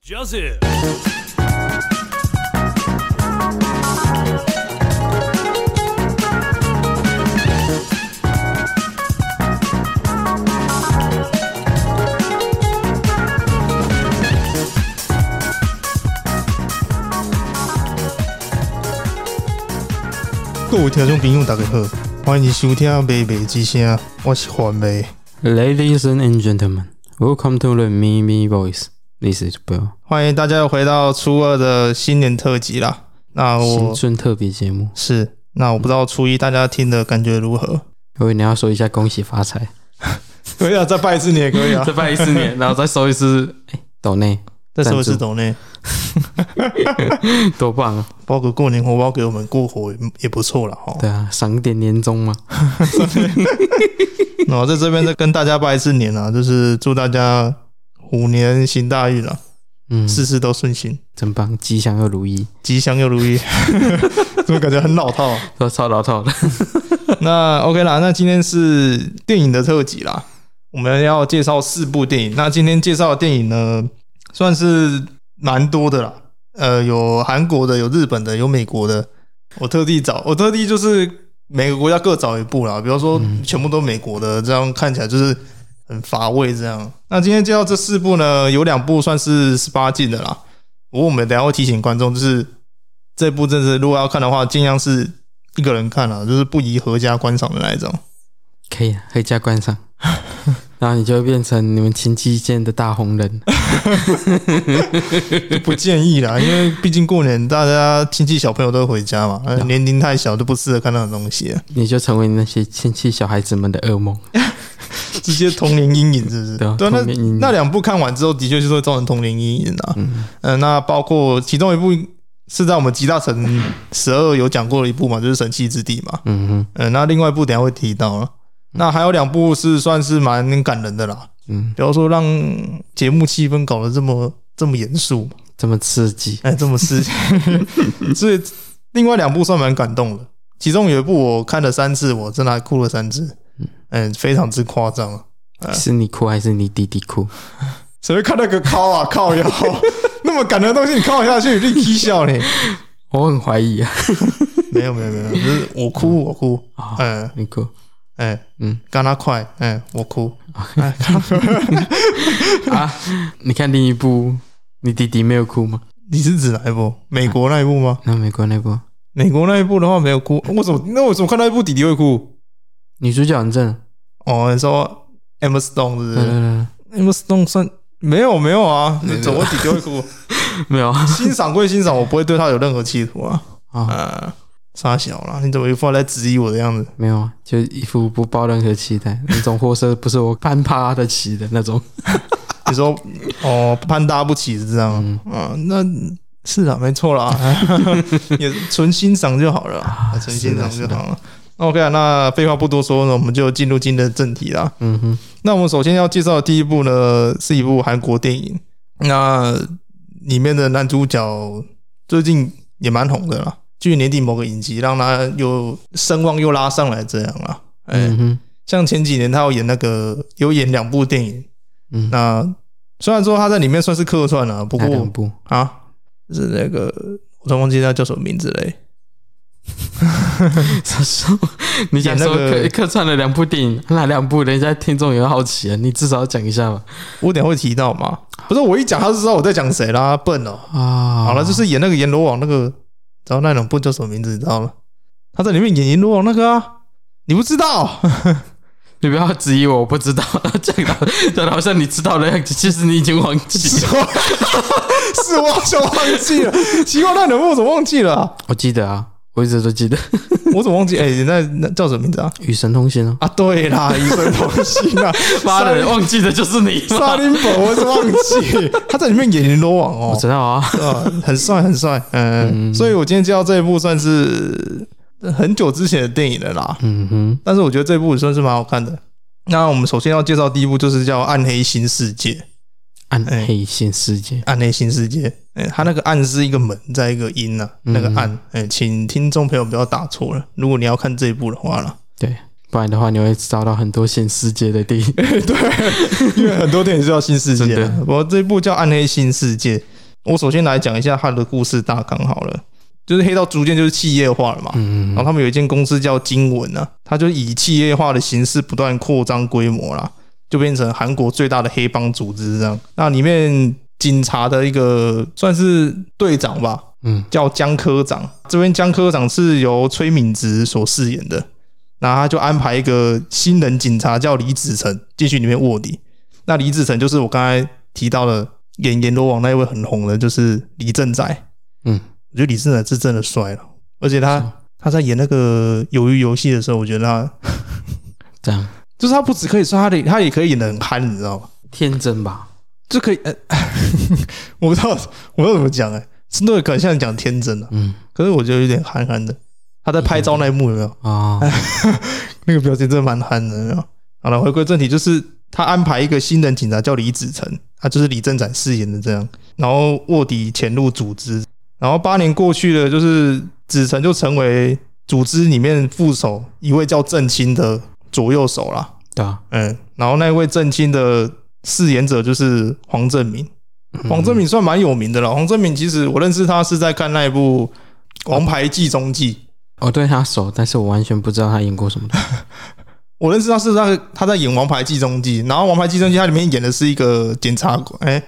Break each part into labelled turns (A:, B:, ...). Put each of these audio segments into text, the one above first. A: Joseph。
B: 各位听众朋友，大家好，欢迎收听《美美之声》，我是环美。
C: Ladies and gentlemen, welcome to the Me Me Voice. This is Bill.
B: 欢迎大家又回到初二的新年特辑啦。那
C: 新
B: 我
C: 春特别节目，
B: 是，那我不知道初一大家听的感觉如何？
C: 因为你要说一下恭喜发财，。
B: 可以啊，再拜一次年也可以 啊
C: 拜一四年，然后再收一 次，哎，岛内
B: 再说一次
C: 赞助
B: 懂内，
C: 多棒啊！
B: 包个过年红包给我们过火也也不错了哈。
C: 对啊，赏点年终嘛，
B: 那我在这边再跟大家拜一次年啊，就是祝大家虎年行大运啊，
C: 嗯，
B: 事事都顺心，
C: 真棒，吉祥又如意，
B: 吉祥又如 意。怎么感觉很老套、啊？
C: 都超老套的。
B: 那 OK 啦，那今天是电影的特辑啦，我们要介绍四部电影。那今天介绍的电影呢，算是蛮多的啦，呃，有韩国的，有日本的，有美国的。我特地找，我特地就是每个国家各找一部啦，比方说全部都美国的，这样看起来就是很乏味。这样，那今天介绍这四部呢，有两部算是十八禁的啦。不过我们等一下会提醒观众，就是这部真是如果要看的话，尽量是一个人看啦、啊就是不宜合家观赏的那一种。
C: 可以啊，回家观 赏，然后你就会变成你们亲戚间的大红人。
B: 不建议啦，因为毕竟过年大家亲戚小朋友都回家嘛，
C: 啊
B: 呃年龄太小就不适合看那种东西，啊
C: 你就成为那些亲戚小孩子们的噩梦。
B: 直接童年阴影是不是？
C: 对啊
B: 对啊，那
C: 童年阴影
B: 那两部看完之后，的确是会造成童年阴影啊。嗯、那包括其中一部是在我们集大成十二有讲过的一部嘛，就是《神奇之地》嘛。
C: 嗯哼，
B: 嗯、那另外一部等一下会提到
C: 嗯
B: 了。那还有两部是算是蛮感人的啦，
C: 嗯，
B: 比方说让节目气氛搞得这么这么严肃嘛
C: 这么刺激，
B: 哎，这么是， 所以另外两部算蛮感动的。其中有一部我看了三次，我真的还哭了三次，嗯，非常之夸张啊！
C: 是你哭还是你弟弟哭？
B: 谁会看那个靠啊靠腰？ 那么感人的东西你靠下去，你踢笑呢？
C: 我很怀疑啊。
B: 没有没有没有，就是我哭我哭，
C: 啊
B: 嗯
C: 你哭
B: 哎
C: 嗯，
B: 干他快，哎我哭，哎
C: 啊？你看另一部，你弟弟没有哭吗？
B: 你是指哪一部？美国那一部吗？
C: 那美国那部
B: 美国那一部的话没有哭，我怎么那我怎么看到一部弟弟会哭？
C: 女主角很正，
B: 哦，你说 Emma Stone 是不
C: 对
B: 是
C: 对？对，
B: Emma Stone 算没有没有啊，怎么弟弟会 哭？
C: 没有啊
B: 欣赏归欣赏，我不会对他有任何企图啊。
C: 啊，
B: 呃，傻小啦，你怎么一副在质疑我的样子？
C: 没有啊，就一副不抱任何期待，那种货色不是我攀爬得起的那种。
B: 你 说哦，攀搭不起是这样啊？嗯那是啊，没错啦， 也纯欣赏就好了啊，纯欣赏就好了。OK 啊，那废话不多说呢，我们就进入今天的正题啦。
C: 嗯哼，
B: 那我们首先要介绍的第一部呢，是一部韩国电影，那里面的男主角最近也蛮红的啦，去年底某个影集让他又声望又拉上来这样啦。哎、
C: 嗯哼，
B: 像前几年他有演那个，有演两部电影，
C: 嗯，
B: 那虽然说他在里面算是客串了、不
C: 哪两
B: 过
C: 部？
B: 啊，是那个我都忘记他叫什么名字嘞，
C: 你
B: 演
C: 想说
B: 那个
C: 客客串了两部电影，哪两部？人家听众也会好奇啊，你至少讲一下吧。
B: 我等一下会提到嘛。不是我一讲他就知道我在讲谁啦，笨哦、
C: 啊，
B: 好了，就是演那个阎罗王那个，然后那两部叫什么名字你知道吗？他在里面演阎罗王那个啊，你不知道？
C: 你不要质疑我，我不知道， 讲到讲的好像你知道的样子，其实你已经忘记
B: 是
C: 了。
B: 我，是我好像忘记了，奇怪，那两部我怎么忘记了啊、
C: 我记得啊，我一直都记得《
B: 我怎么忘记？哎、那那叫什么名字啊？
C: 与神同行》哦。
B: 啊，对啦，与神同行 啊，
C: 妈的，忘记的就是你
B: 沙，沙
C: 嘛。
B: 林博，我是忘记他在里面演阎罗王
C: 我
B: 哦，
C: 知道啊，
B: 啊，很帅很帅，嗯，
C: 嗯
B: 所以我今天介绍这一部算是很久之前的电影了啦，
C: 嗯哼，
B: 但是我觉得这部也算是蛮好看的。那我们首先要介绍第一部就是叫《暗黑新世界》，《
C: 暗黑新世界，
B: 暗黑新世界》哎，它那个“暗”是一个门，在一个音啊，那个“暗”哎，请听众朋友不要打错了。如果你要看这一部的话啦，
C: 对，不然的话你会遭到很多新世界的电影。
B: 因为很多电影是叫新世界
C: 真
B: 啊
C: 的，
B: 我这一部叫《暗黑新世界》，我首先来讲一下它的故事大纲好了，就是黑道逐渐就是企业化了嘛，
C: 嗯
B: 然后他们有一间公司叫金文啊，它就以企业化的形式不断扩张规模啦，就变成韩国最大的黑帮组织这样。那里面警察的一个算是队长吧，
C: 嗯，
B: 叫江科长。这边江科长是由崔敏植所饰演的，那他就安排一个新人警察叫李子成进去里面卧底。那李子成就是我刚才提到的演《阎罗王》那一位很红的，就是李正宰。
C: 嗯，
B: 我觉得李正宰是真的帅了，而且
C: 是
B: 他他在演那个《鱿鱼游戏》的时候，我觉得他
C: 这样
B: 就是他不只可以说他的，他也可以演的很憨，你知道吗？
C: 天真吧？
B: 就可以，呃、 我不知道我要怎么讲哎、真的很像讲天真啊，
C: 嗯
B: 可是我觉得有点憨憨的。他在拍照那一幕有没有？
C: 啊，
B: 那个表情真的蛮憨的，有没有？好了，回归正题，就是他安排一个新人警察叫李子成，他就是李正宰饰演的这样，然后卧底潜入组织，然后八年过去了，就是子成就成为组织里面副手一位叫郑清的左右手啦，
C: 对啊，
B: 嗯，然后那位郑清的饰演者就是黄正明，
C: 嗯
B: 黄正明算蛮有名的了，黄正明其实我认识他是在看那一部《王牌计中计》。
C: 我哦对他熟，但是我完全不知道他演过什么。
B: 我认识他是在他在演《王牌计中计》，然后《王牌计中计》它里面演的是一个检察官，哎、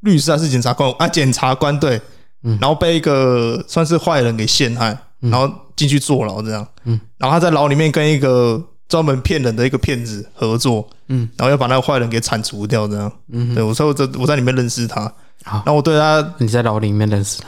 B: 律师还是检察官啊？检察官对，
C: 嗯
B: 然后被一个算是坏人给陷害，
C: 嗯
B: 然后进去坐牢这样，
C: 嗯，
B: 然后他在牢里面跟一个专门骗人的一个骗子合作，
C: 嗯
B: 然后要把那个坏人给铲除掉这样。
C: 嗯
B: 对，我说我在我在里面认识他，
C: 好
B: 然后我对他，
C: 你在牢里面认识的，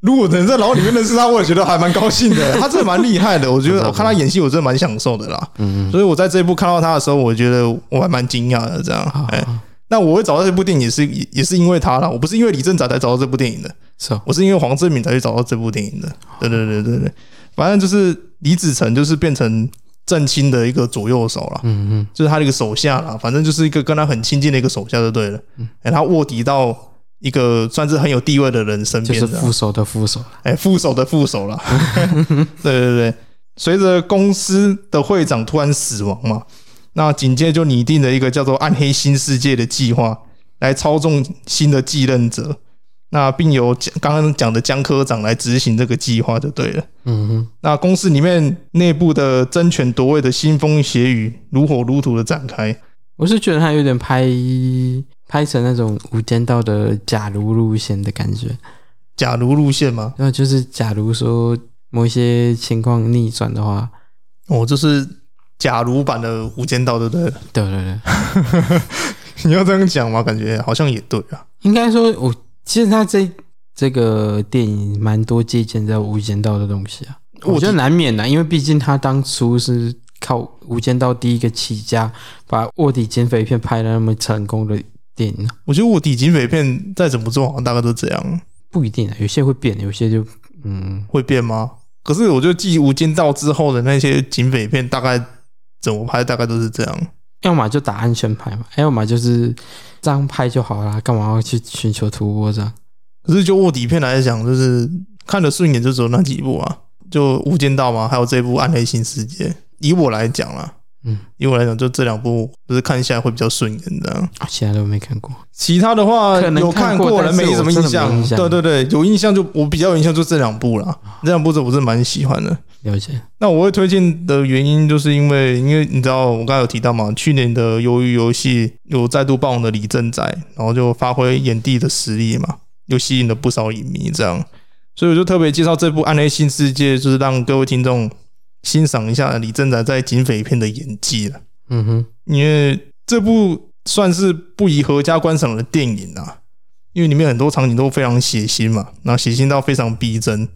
B: 如果能在牢里面认识他，我也觉得还蛮高兴的，他真的蛮厉害的，我 觉得我看他演戏，我真的蛮享受的啦。
C: 嗯嗯，
B: 所以我在这一部看到他的时候，我觉得我还蛮惊讶的。这样，
C: 好，
B: 哎、
C: 好
B: 那我会找到这部电影也是也是因为他啦，我不是因为李正宰才找到这部电影的，
C: 是哦，
B: 我是因为黄正敏才去找到这部电影的。
C: 啊
B: 对对对对对，反正就是李子成就是变成郑清的一个左右手了，
C: 嗯嗯，
B: 就是他的一个手下啦，反正就是一个跟他很亲近的一个手下就对了。
C: 嗯
B: 哎、他卧底到一个算是很有地位的人身
C: 就
B: 边，
C: 是
B: 这样
C: 副手的啊副手，
B: 哎，副手的副手啦。 对对对，随着公司的会长突然死亡嘛，那紧接着就拟定了一个叫做“暗黑新世界”的计划，来操纵新的继任者。那并由江刚刚讲的江科长来执行这个计划就对了。
C: 嗯嗯，
B: 那公司里面内部的争权夺位的腥风血雨，如火如荼的展开。
C: 我是觉得他有点拍拍成那种《无间道》的假如路线的感觉，
B: 假如路线吗？
C: 然后就是假如说某一些情况逆转的话，
B: 哦，就是假如版的《无间道》对不对了？
C: 对对 对，
B: 你要这样讲吗？感觉好像也对啊。
C: 应该说我其实他这这个电影蛮多借鉴在《无间道》的东西啊，我觉得难免的，因为毕竟他当初是靠《无间道》第一个起家，把卧底警匪片拍的那么成功的电影啊，
B: 我觉得卧底警匪片再怎么做，好像大概都这样，
C: 不一定啊，有些会变，有些就嗯，
B: 会变吗？可是我就继《无间道》之后的那些警匪片，大概怎么拍，大概都是这样。
C: 要么就打安全牌嘛，要么就是这样拍就好啦，干嘛要去寻求突破这样？
B: 可是就卧底片来讲，就是看得顺眼就只有那几部啊，就《无间道》嘛，还有这部《暗黑新世界》。以我来讲啦，
C: 嗯，
B: 以我来讲，就这两部就是看下来会比较顺眼的啊。
C: 啊其他都没看过，
B: 其他的话
C: 可能
B: 有
C: 看过
B: 过
C: 但
B: 人
C: 是
B: 没
C: 我
B: 什么
C: 真的没
B: 象，
C: 印象
B: 对对对，有印象就我比较有印象就这两部啦，这两部是我是蛮喜欢的。
C: 了解，
B: 那我会推荐的原因，就是因为因为你知道我刚才有提到嘛，去年的《鱿鱼游戏》有再度爆红的李正宰，然后就发挥演帝的实力嘛，又吸引了不少影迷，这样，所以我就特别介绍这部《暗黑新世界》，就是让各位听众欣赏一下李正宰在警匪片的演技了，
C: 嗯哼，
B: 因为这部算是不宜合家观赏的电影啊，因为里面很多场景都非常血腥嘛，然后血腥到非常逼真，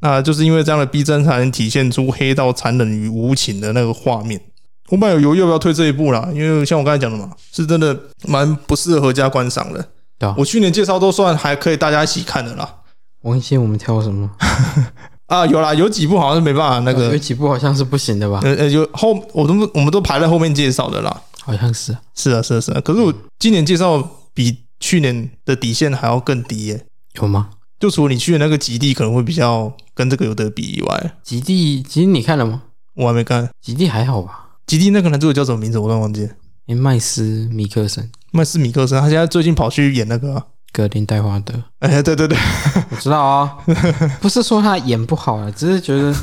B: 那就是因为这样的逼真才能体现出黑道残忍与无情的那个画面。我本来有犹豫要不要推这一部啦，因为像我刚才讲的嘛，是真的蛮不适合合家观赏的。
C: 对啊
B: 我去年介绍都算还可以大家一起看的啦。
C: 王一我们挑什么？
B: 啊，有啦，有几部好像是没办法那
C: 啊有
B: 个，
C: 几部啊好像是不行的吧？
B: 呃呃，有后我都我们都排在后面介绍的啦。
C: 好像是啊，
B: 是啊，是啊，是啊。可是我
C: 嗯
B: 今年介绍比去年的底线还要更低耶、
C: 有吗？
B: 就除了你去的那个极地可能会比较跟这个有得比以外，
C: 极地，极地你看了吗？
B: 我还没看
C: 极地还好吧？哎
B: 极地那个男主角叫什么名字，我都忘记了。
C: 诶，麦斯·米克森
B: 麦斯米克森，他现在最近跑去演那个啊、
C: 格林戴华德，
B: 哎，对对对，
C: 我知道啊、 不是说他演不好啊了，只是觉得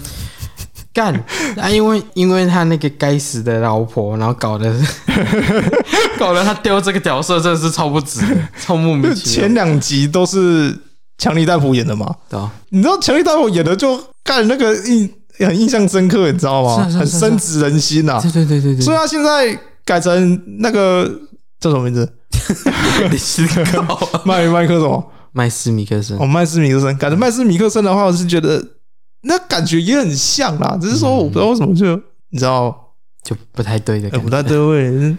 C: 干啊，因为因为他那个该死的老婆，然后搞得 搞得他丢这个角色真的是超不值的，超莫名
B: 就
C: 其
B: 前
C: 妙。
B: 两集都是强尼戴普演的嘛，
C: 对啊
B: 你知道强尼戴普演的就干那个印很印象深刻，你知道吗？
C: 是啊是啊
B: 很
C: 是啊
B: 深植人心呐、
C: 对对对对对，
B: 所以他现在改成那个叫什么名字？
C: 你思考
B: 麦麦克什么？
C: 麦斯米克森
B: 哦，，麦斯米克森。改成麦斯米克森的话，我是觉得那感觉也很像啦，只是说我不知道为什么就你知道，
C: 就不太对的
B: 哎，
C: 感
B: 不
C: 觉。
B: 太对味。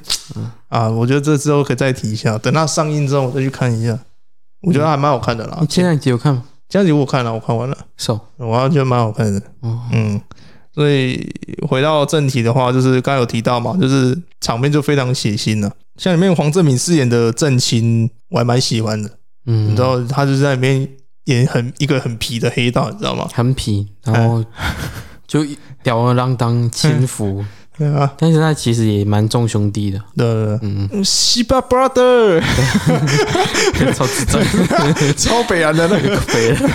B: 啊，我觉得这之后可以再提一下，等它上映之后我再去看一下。我觉得还蛮好看的啦
C: 嗯你，前两集有看吗？
B: 这样子我看了，我看完了，
C: 手
B: 我还觉得蛮好看的。
C: 哦，
B: 嗯，所以回到正题的话，就是刚才有提到嘛，就是场面就非常血腥了、像里面黄正敏饰演的郑钦，我还蛮喜欢的。
C: 嗯，
B: 你知道，他就是在里面演很一个很皮的黑道，你知道吗？
C: 很痞，然后就吊儿郎当轻浮，
B: 对啊，
C: 但是他其实也蛮重兄弟的，
B: 对对对
C: 嗯，
B: 嗯西巴 brother
C: 超智 障，
B: 超北韩的那 个，
C: 肥了，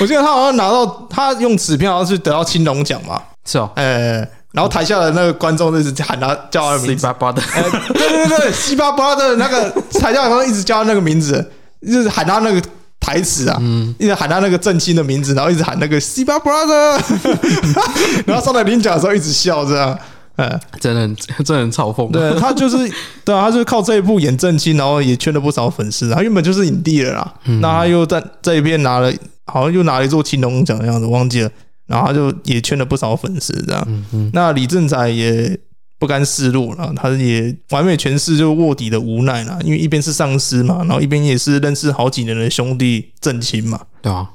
B: 我记得他好像拿到他用纸片，好像是得到青龙奖嘛，
C: 是哦，
B: 呃、然后台下的那个观众就是喊他叫他的
C: 死
B: 名字，
C: 巴巴的，
B: 呃，对对对，对，西巴巴的那个台下好像一直叫他那个名字，就是喊他那个台词啊，一直喊他那个正亲的名字，然后一直喊那个西巴巴的， 然后上台领奖的时候一直笑这样。嗯，
C: 真的很真的很嘲 讽，
B: 对他就是，对啊，他就是靠这一部演正亲，然后也圈了不少粉丝。他原本就是影帝了啦，那他又在这一边拿了，好像又拿了一座青龙奖的样子，忘记了。然后他就也圈了不少粉丝这样。
C: 嗯嗯，
B: 那李正宰也不甘示弱了，他也完美诠释就是卧底的无奈啦，因为一边是上司嘛，然后一边也是认识好几年的兄弟郑亲嘛，
C: 对啊，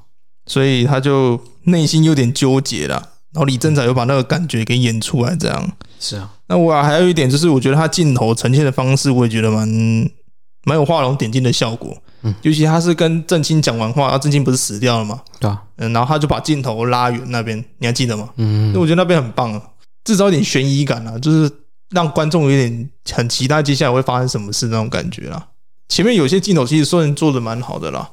B: 所以他就内心有点纠结啦。然后李正宰又把那个感觉给演出来，这样。
C: 是啊，
B: 那我还有一点就是，我觉得他镜头呈现的方式，我也觉得蛮蛮有画龙点睛的效果。
C: 嗯，
B: 尤其他是跟郑钦讲完话，然后啊郑钦不是死掉了嘛，
C: 对啊，
B: 嗯，然后他就把镜头拉远那边，你还记得吗？
C: 嗯
B: 所以，我觉得那边很棒啊，制造一点悬疑感啊，就是让观众有点很期待接下来会发生什么事那种感觉啦。前面有些镜头其实虽然做的蛮好的啦，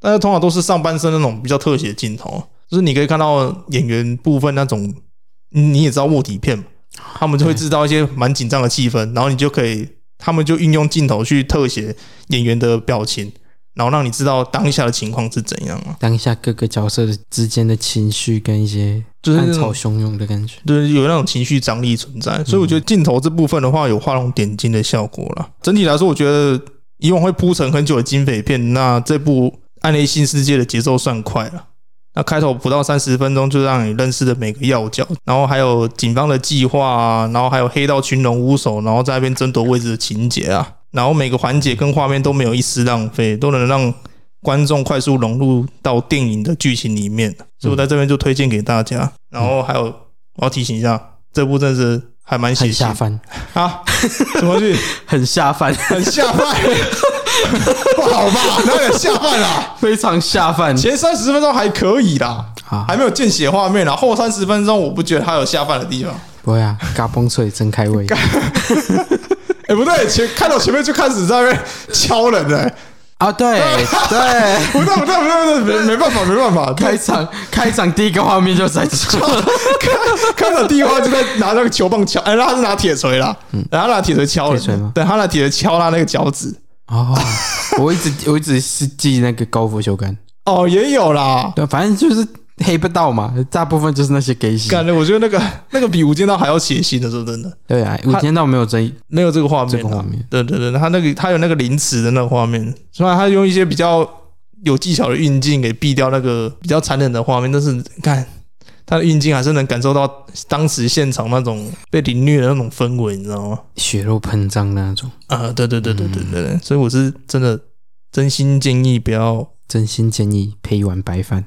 B: 但是通常都是上半身那种比较特写镜头，就是你可以看到演员部分那种，嗯你也知道卧底片嘛，他们就会制造一些蛮紧张的气氛，然后你就可以，他们就运用镜头去特写演员的表情，然后让你知道当下的情况是怎样啊。
C: 当下各个角色的之间的情绪跟一些
B: 就是那
C: 暗
B: 种
C: 潮汹涌的感觉，
B: 就是有那种情绪张力存在，所以我觉得镜头这部分的话，有画龙点睛的效果啦。整体来说，我觉得以往会铺陈很久的警匪片，那这部《暗黑新世界》的节奏算快了。那开头不到三十分钟就让你认识了每个要角，然后还有警方的计划啊，然后还有黑道群龙无首，然后在那边争夺位置的情节啊，然后每个环节跟画面都没有一丝浪费，都能让观众快速融入到电影的剧情里面，所以我在这边就推荐给大家。然后还有我要提醒一下，这部真的是还蛮血腥
C: 很下饭，
B: 啊， 什么剧
C: 很下饭，
B: 很下饭，不好吧？哪有下饭啦？
C: 非常下 饭
B: 前三十分钟还可以啦，
C: 啊！
B: 还没有见血画面啦，后三十分钟我不觉得它有下饭的地方。
C: 不会啊，嘎嘣脆真开胃，
B: 哎、不对，前看到前面就开始在那边敲人了、欸，
C: 啊，对对，
B: 不对不对不对不对，没没办法没办法，
C: 开场开场第一个画面就在这，
B: 看到第一话就在拿那个球棒敲，哎、他是拿铁锤啦，然后他拿铁锤敲
C: 铁锤
B: 人
C: 吗，
B: 对，他拿铁锤敲他那个脚趾，
C: 哦，我一直我一直是记那个高佛球杆，
B: 哦，也有啦。
C: 对，反正就是黑不到嘛，大部分就是那些 gay 戏。
B: 感觉我觉得那个那个比《无间道》还要血腥的，说真的，
C: 对啊，五天到没有这一
B: 没有这个画面、啊，
C: 这个画面
B: 对对对，他那个他有那个凌迟的那个画面，虽然他用一些比较有技巧的运镜给避掉那个比较残忍的画面，但是看他的运镜还是能感受到当时现场那种被凌虐的那种氛围，你知道吗？
C: 血肉膨胀的那种，
B: 啊，对对对对对对对，嗯所以我是真的真心建议不要
C: 真心建议配一碗白饭。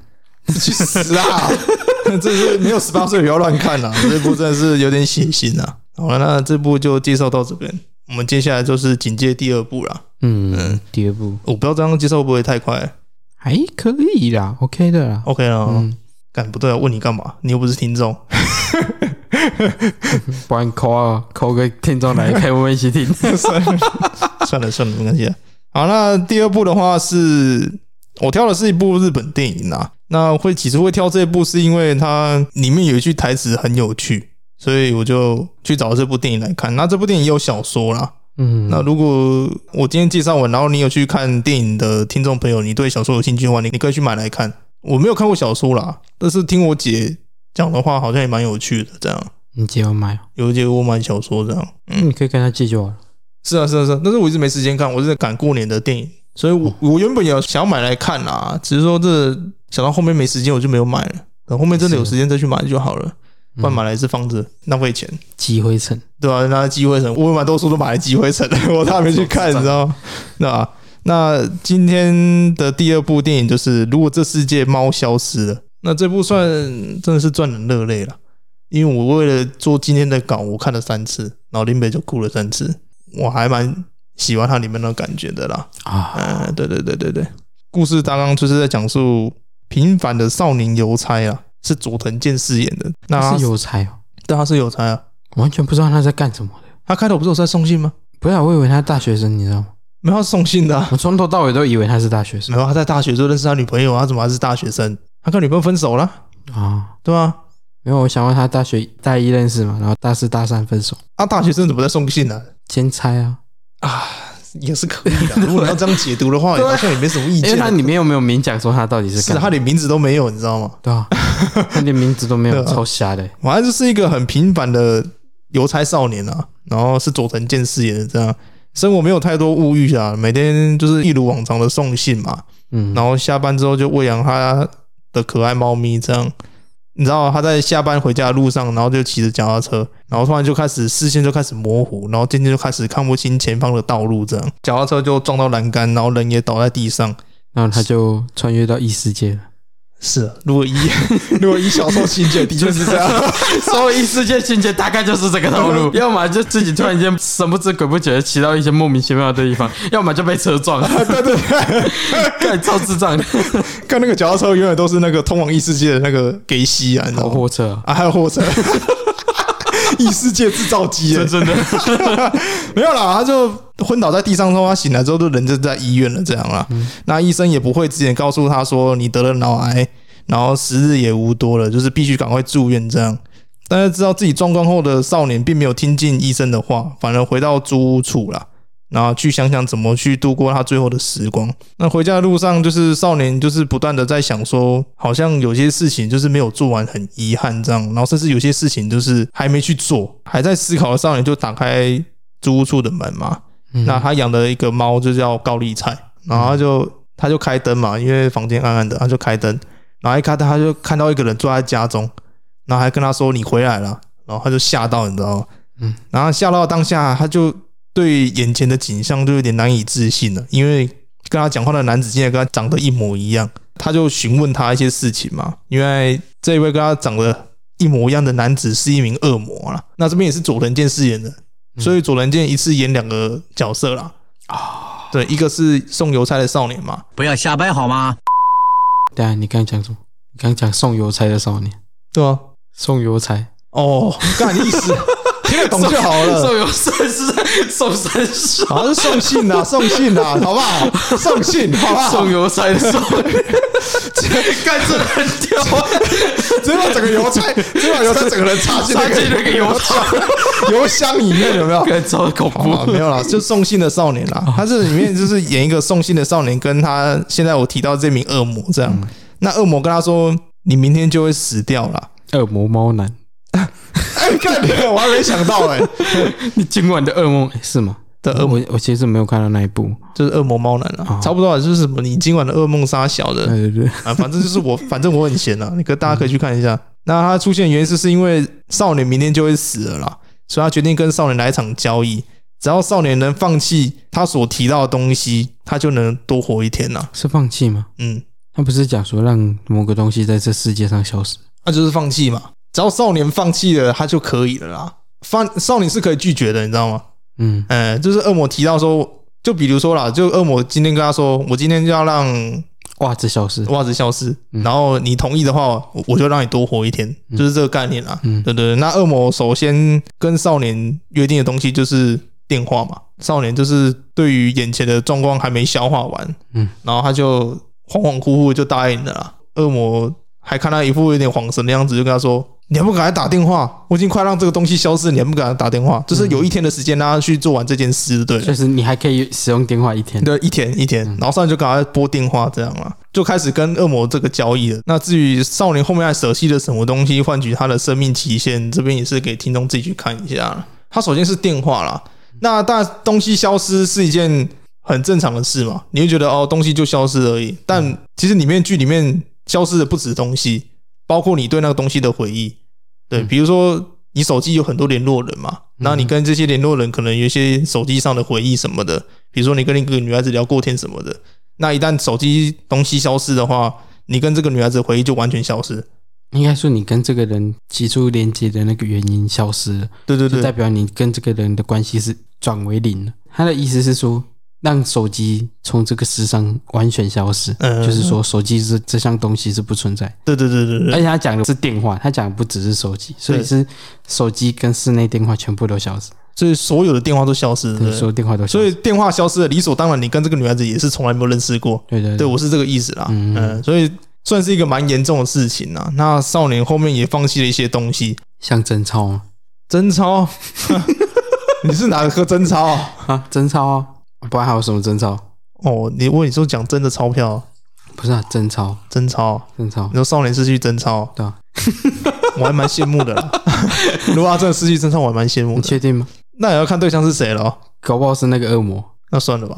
B: 去死啊！这是没有十八岁不要乱看啊，这部真的是有点血腥啊。好了，那这部就介绍到这边，我们接下来就是警戒第二部啦。
C: 嗯，第二部
B: 我不知道这样介绍会不会太快
C: 还可以啦，OK 的啦。
B: ？OK 啊，
C: 嗯，
B: 干、不对啊，问你干嘛？你又不是听 众。
C: 不 然 call 啊 call 个听众来陪我们一起听。
B: 算了算了，没关系啊。好，那第二部的话是我挑的是一部日本电影啊。那会起初会挑这部，是因为它里面有一句台词很有趣，所以我就去找这部电影来看。那这部电影也有小说啦。
C: 嗯，
B: 那如果我今天介绍完，然后你有去看电影的听众朋友，你对小说有兴趣的话，你你可以去买来看。我没有看过小说啦，但是听我姐讲的话，好像也蛮有趣的。这样，
C: 你姐有买哦，
B: 有姐我买小说这样，嗯，
C: 你可以跟她借就好了。
B: 是啊，是啊，是啊，但是我一直没时间看，我是在赶过年的电影，所以我我原本也想买来看啦，只是说这想到后面没时间，我就没有买了。等后面真的有时间再去买就好了，不
C: 嗯
B: 然买来是放着浪费钱，
C: 积灰尘，
B: 对吧、那积灰尘，我买多数都买来积灰尘， 我都还没去看，你知 道吗？那、那今天的第二部电影就是《如果这世界猫消失了》，那这部算真的是赚人热泪了，因为我为了做今天的稿，我看了三次，然后林北就哭了三次。我还蛮喜欢它里面的感觉的啦。
C: 啊，
B: 嗯，对对对对对，故事大纲就是在讲述平凡的少年邮差啊，是佐藤健饰演的。那
C: 她
B: 他
C: 是邮差哦，
B: 对他是邮差啊，
C: 我完全不知道她在干什么的。
B: 他开头不是有在送信吗？
C: 不要，我以为她大学生，你知道吗？
B: 没有，他是送信的、啊。
C: 我从头到尾都以为她是大学生
B: 没有，他在大学就认识他女朋友啊，他怎么还是大学生？他跟女朋友分手了，
C: 啊。
B: 对吧、
C: 没有，我想问她大学大一认识嘛，然后大四大三分手，
B: 啊？大学生怎么在送信呢、
C: 兼差啊，
B: 也是可以的。 如果你要这样解读的话，也好像也没什么意
C: 因为
B: 见
C: 她
B: 啊。
C: 里面又没有明讲说她到底是啊
B: 是
C: 干嘛，
B: 他连名字都没有，你知道吗？
C: 对啊，她连名字都 没有，
B: 对啊
C: 超瞎的。
B: 反正就是一个很平凡的邮差少年啊，然后是佐藤健饰演的这样，生活没有太多物欲啊，每天就是一如往常的送信嘛，
C: 嗯，
B: 然后下班之后就喂养他的可爱猫咪这样。你知道他在下班回家的路上，然后就骑着脚踏车，然后突然就开始视线就开始模糊，然后渐渐就开始看不清前方的道路，这样脚踏车就撞到栏杆，然后人也倒在地上。
C: 然后她就穿越到异世界了。
B: 是啊，如果以 如果以小说情节，的确是这样。
C: 所有异世界情节大概就是这个套路， 要么就自己突然间 神不知鬼不觉的骑到一些莫名其妙的地 方，要么就被车 撞，
B: 对对对。
C: 干超智障的，
B: 看那个脚踏车，永远都是那个通往异世界的那个给西啊，你知道
C: 好
B: 吗？
C: 货车啊，
B: 啊，还有货车， 异世界制造机耶
C: 真，真的，
B: 没有啦，他就昏倒在地上之后，他醒来之后，就人就在医院了，这样啦。那医生也不会之前告诉他说你得了脑癌，然后时日也无多了，就是必须赶快住院这样。但是知道自己状况后的少年，并没有听进医生的话，反而回到租屋处啦，然后去想想怎么去度过他最后的时光。那回家的路上，就是少年就是不断的在想说，好像有些事情就是没有做完，很遗憾这样，然后甚至有些事情就是还没去做，还在思考的少年就打开租屋处的门嘛，
C: 嗯
B: 那他养的一个猫就叫高丽菜，然后他就他就开灯嘛，因为房间暗暗的，他就开灯，然后一开灯他就看到一个人坐在家中，然后还跟他说你回来了，然后他就吓到，你知道吗？
C: 嗯，
B: 然后吓到当下他就对眼前的景象就有点难以置信了，因为跟他讲话的男子竟然跟他长得一模一样，他就询问他一些事情嘛，因为这一位跟他长得一模一样的男子是一名恶魔啦，那这边也是佐藤健饰演的，所以佐藤健一次演两个角色啦。啊、对，一个是送邮差的少年嘛，
A: 不要瞎掰好吗？
C: 对啊，你刚刚讲什么？你刚刚讲送邮差的少年，
B: 对啊，
C: 送邮差，
B: 哦，干意思， 听得懂就好了。
C: 送邮差是送三少，
B: 好像是送信啦，送信啦，好不好？送信，好不好？
C: 送邮差的少年， 干这很屌啊，
B: 直接把整个邮 差，直接把邮差整个人插进
C: 插
B: 那
C: 进那
B: 个
C: 个邮差，
B: 邮箱里面，有没 有？
C: 干超恐 怖
B: 啊，没有啦，就送信的少年啦。他这里面就是演一个送信的少年，跟他现在我提到这名恶魔这样。那恶魔跟他说：“你明天就会死掉啦。
C: 恶魔猫男，
B: 哎，看你，我还没想到哎、
C: 你今晚的噩梦哎是吗？
B: 的恶魔
C: 我我其实没有看到那一部，
B: 就是恶魔猫男啊，
C: 哦嗯
B: 差不多啊，就是什么你今晚的噩梦杀小的
C: 对对对，
B: 啊，反正就是我，反正我很闲啊，那个大家可以去看一下。那他出现的原因是是因为少年明天就会死了啦，所以他决定跟少年来一场交易，只要少年能放弃他所提到的东西，他就能多活一天啦。
C: 是放弃吗？
B: 嗯，
C: 他不是讲说让某个东西在这世界上消失？
B: 那就是放弃嘛，只要少年放弃了，他就可以了啦。放少年是可以拒绝的，你知道吗？
C: 嗯
B: 呃，就是恶魔提到说，就比如说啦，就恶魔今天跟他说，我今天就要让
C: 袜子消失。
B: 袜子消失，然后你同意的话，我我就让你多活一天，就是这个概念啦。啊
C: 嗯
B: 对对对。那恶魔首先跟少年约定的东西就是电话嘛，少年就是对于眼前的状况还没消化完，
C: 嗯，
B: 然后他就恍恍惚惚就答应了啦。恶魔还看他一副有点恍神的样子，就跟他说：“你还不赶快打电话？我已经快让这个东西消失，你还不赶快打电话？就是
C: 嗯
B: 有一天的时间让他去做完这件事，对了。
C: 就是你还可以使用电话一天。嗯
B: 对，一天一天，然后少年就赶快拨电话这样啦，就开始跟恶魔这个交易了。那至于少年后面还舍弃了什么东西换取他的生命期限，这边也是给听众自己去看一下啦。他首先是电话啦，那大东西消失是一件很正常的事嘛，你会觉得哦东西就消失而已，但
C: 嗯
B: 其实里面剧里面消失的不止东西，包括你对那个东西的回忆。对，
C: 嗯
B: 比如说你手机有很多联络人嘛，那你跟这些联络人可能有一些手机上的回忆什么的，比如说你跟一个女孩子聊过天什么的，那一旦手机东西消失的话，你跟这个女孩子的回忆就完全消失。
C: 应该说你跟这个人起初连接的那个原因消失了，
B: 对对
C: 就
B: 对
C: 代，表你跟这个人的关系是转为零了。他的意思是说，让手机从这个世上完全消失，
B: 嗯
C: 就是说手机是这项东西是不存在。
B: 对对对对
C: 而
B: 对，
C: 且他讲的是电话，他讲的不只是手机，所以
B: 对
C: 是手机跟室内电话全部都消失，
B: 所以所有的电话都消失了。
C: 对，所
B: 对
C: 有电话都消
B: 所
C: 失。
B: 以电话消失了，理所当然，你跟这个女孩子也是从来没有认识过。
C: 对对
B: 对，
C: 对，
B: 我是这个意思啦。
C: 嗯
B: 嗯、所以算是一个蛮严重的事情啦。那少年后面也放弃了一些东西，
C: 像贞操吗？
B: 贞操， 你是哪个贞操啊？
C: 啊，贞操啊，不然还有什么贞操？
B: 哦，你问你说讲真的钞票，
C: 不是啊，贞操，
B: 真钞，
C: 贞操
B: 你，说少年失去真钞，
C: 对啊，
B: 我还蛮羡慕的啦。 如果他真的失去真钞，我还蛮羡慕的。
C: 你确定吗？
B: 那也要看对象是谁了哦，
C: 搞不好是那个恶魔
B: 那算了 吧。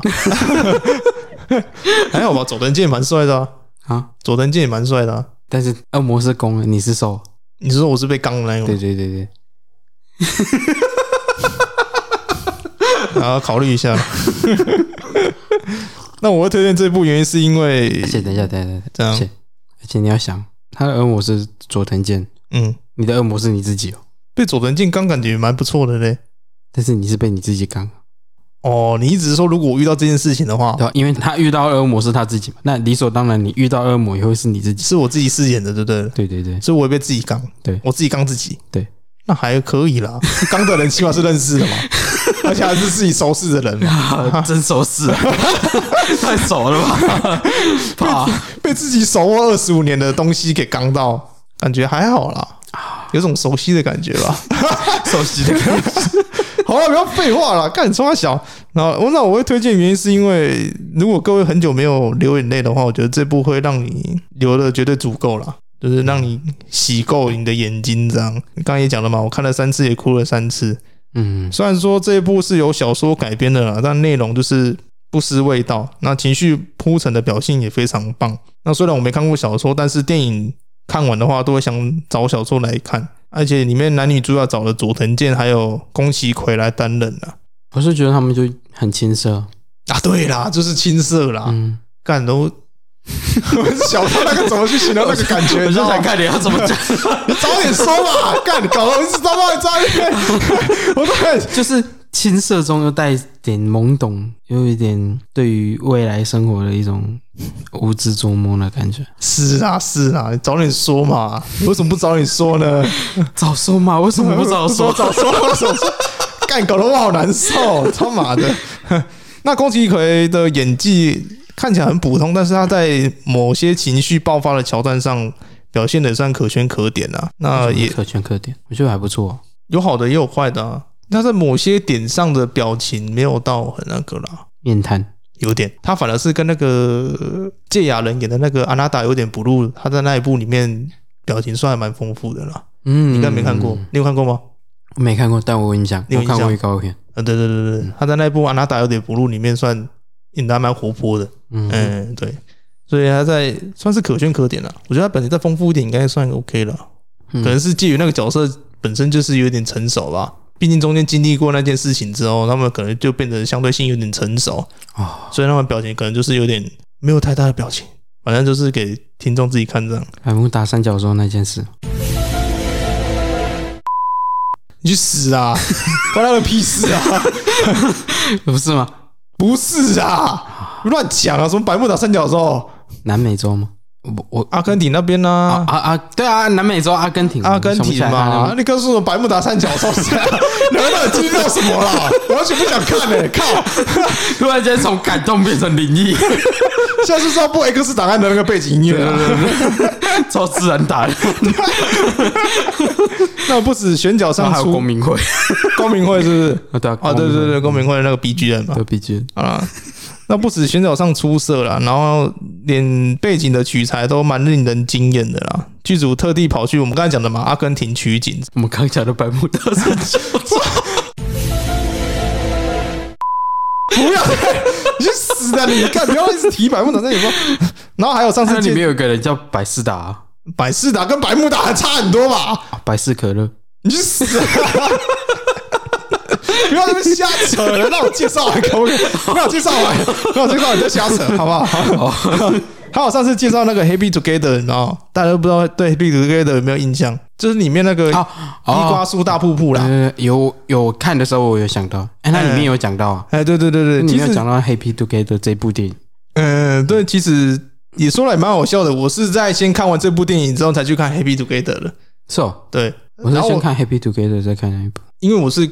B: 还好吧，佐藤健也蛮帅的、啊，
C: 啊，
B: 佐藤健也蛮帅的、啊。
C: 但是恶魔是公的，你是受，
B: 你是说我是被刚的那
C: 对
B: 种，
C: 对对对，
B: 然后考虑一 下。那我会推荐这部原因是因为
C: 而且等一下，等一下，等一下，
B: 这
C: 而
B: 样
C: 且，而且你要想，他的恶魔是佐藤健，
B: 嗯，
C: 你的恶魔是你自己哦，
B: 被佐藤健刚感觉蛮不错的嘞。
C: 但是你是被你自己刚，
B: 哦，你一直说如果我遇到这件事情的话，
C: 对吧？因为他遇到恶魔是他自己嘛，那理所当然，你遇到恶魔也会是你自己，
B: 是我自己饰演的，对不对？
C: 对对对，
B: 所以我也被自己刚，
C: 对
B: 我自己刚自己，
C: 对，
B: 那还可以啦。刚的人起码是认识的 嘛，而且还是自己熟识的人嘛，
C: 啊真熟识 啊，太熟了 吧？怕
B: 被自己手握二十五年的东西给刚到，感觉还好啦，有种熟悉的感觉吧。
C: 啊 熟悉的感觉，
B: 好了，不要废话了，干抓小。然后那我会推荐原因是因为，如果各位很久没有流眼泪的话，我觉得这部会让你流的绝对足够了。就是让你洗够你的眼睛，这样。刚刚也讲了嘛，我看了三次，也哭了三次。
C: 嗯
B: 虽然说这一部是由小说改编的啦，但内容就是不失味道，那情绪铺陈的表现也非常棒。那虽然我没看过小说，但是电影看完的话，都会想找小说来看。而且里面男女主要找了佐藤健还有宫崎葵来担任啦。
C: 我是觉得他们就很青涩，
B: 啊，对啦，就是青涩啦，
C: 嗯，
B: 干、 都。我想不到那个怎么去形容那个感 觉，你知道吗？
C: 看你要怎么讲，
B: 你早点说嘛！干，搞得我一直他妈在那边， 我都很
C: 就是青涩中又带点懵懂，又有一点对于未来生活的一种无知捉摸的感觉。
B: 是啊，是啊，你早点说嘛！你为什么不早点说呢？
C: 早说嘛，为什么不 早说？
B: 早说，早说，干，搞得我好难受，他妈的！ 那宫崎葵的演技看起来很普通，但是他在某些情绪爆发的桥段上表现的算可圈可点啊。那也
C: 可圈可点，我觉得还不错、
B: 有好的，也有坏的啊。他在某些点上的表情没有到很那个啦，
C: 面瘫，
B: 有点，他反而是跟那个芥雅人演的那个阿纳达有点不入，他在那一部里面表情算还蛮丰富的啦。
C: 嗯，
B: 你应该没看过，你有看过吗？
C: 没看过，但我有印象，
B: 你有
C: 我
B: 印象
C: 看过预告片。
B: 呃，对对对对，他在那部《阿纳达有点不入》里面算演的还蛮活泼的，
C: 嗯，
B: 嗯，对，所以他在算是可圈可点了。啊我觉得他本身再丰富一点，应该算 OK 了。
C: 嗯
B: 可能是介于那个角色本身就是有点成熟吧，毕竟中间经历过那件事情之后，他们可能就变得相对性有点成熟，
C: 啊，
B: 所以他们表情可能就是有点没有太大的表情，反正就是给听众自己看这样。
C: 海木打三角洲那 件事，
B: 你去死啊！ 关他的屁事 啊！
C: 不是吗？
B: 不是啊，乱讲啊！什么百慕岛三角洲？
C: 南美洲吗？我我
B: 阿根廷那边呢
C: 啊、啊，对啊，南美洲阿根廷，
B: 阿根
C: 我想不
B: 廷
C: 起来他那
B: 嘛
C: 个，
B: 你告诉我百慕达三角啊洲是 哪哪哪激动什么 啦？我完全不想看欸嘞、靠！
C: 突然间从感动变成灵 异，
B: 现在就是要播 X 档案的那个背景音乐啊了。
C: 超自然打的，
B: 那不止选角
C: 然
B: 上
C: 后还有
B: 出
C: 公民会
B: 光明会是不是？
C: 啊，对
B: 啊，对对对，公民会的那个 BGM 嘛
C: 对，毕竟
B: 好啦，啊那不止选角上出色啦，然后连背景的取材都蛮令人惊艳的啦。剧组特地跑去我们刚才讲的嘛，阿根廷取景，
C: 我们刚讲的百慕大三角洲，
B: 不要，你去死的你！看，不要一直提百慕达那里说。然 后还有上
C: 那
B: 次
C: 里
B: 见
C: 面有个人叫百事达啊，
B: 百事达跟百慕达还差很多吧？
C: 啊百事可乐，
B: 你去死、啊！ 不要在那边瞎扯了，让我介绍完可不可以？让我介绍完，让我介绍完再瞎扯，好不好？ 还有上次介绍那个《Happy Together》，你知道吗，大家都不知道对《Happy Together》有没有印象？就是里面那个
C: 哦
B: 哎地瓜树大瀑布啦。
C: 呃，有有看的时候我有想到，哎，那里面有讲到啊，
B: 哎，对对对对，
C: 你
B: 其
C: 没有
B: 实
C: 讲到《Happy Together》这部电影，
B: 嗯，对，其实也说来蛮好笑的。我是在先看完这部电影之后才去看《Happy Together》的。
C: 是哦，
B: 对，
C: 我是
B: 然后
C: 先看《Happy Together》再看那一部，
B: 因为我是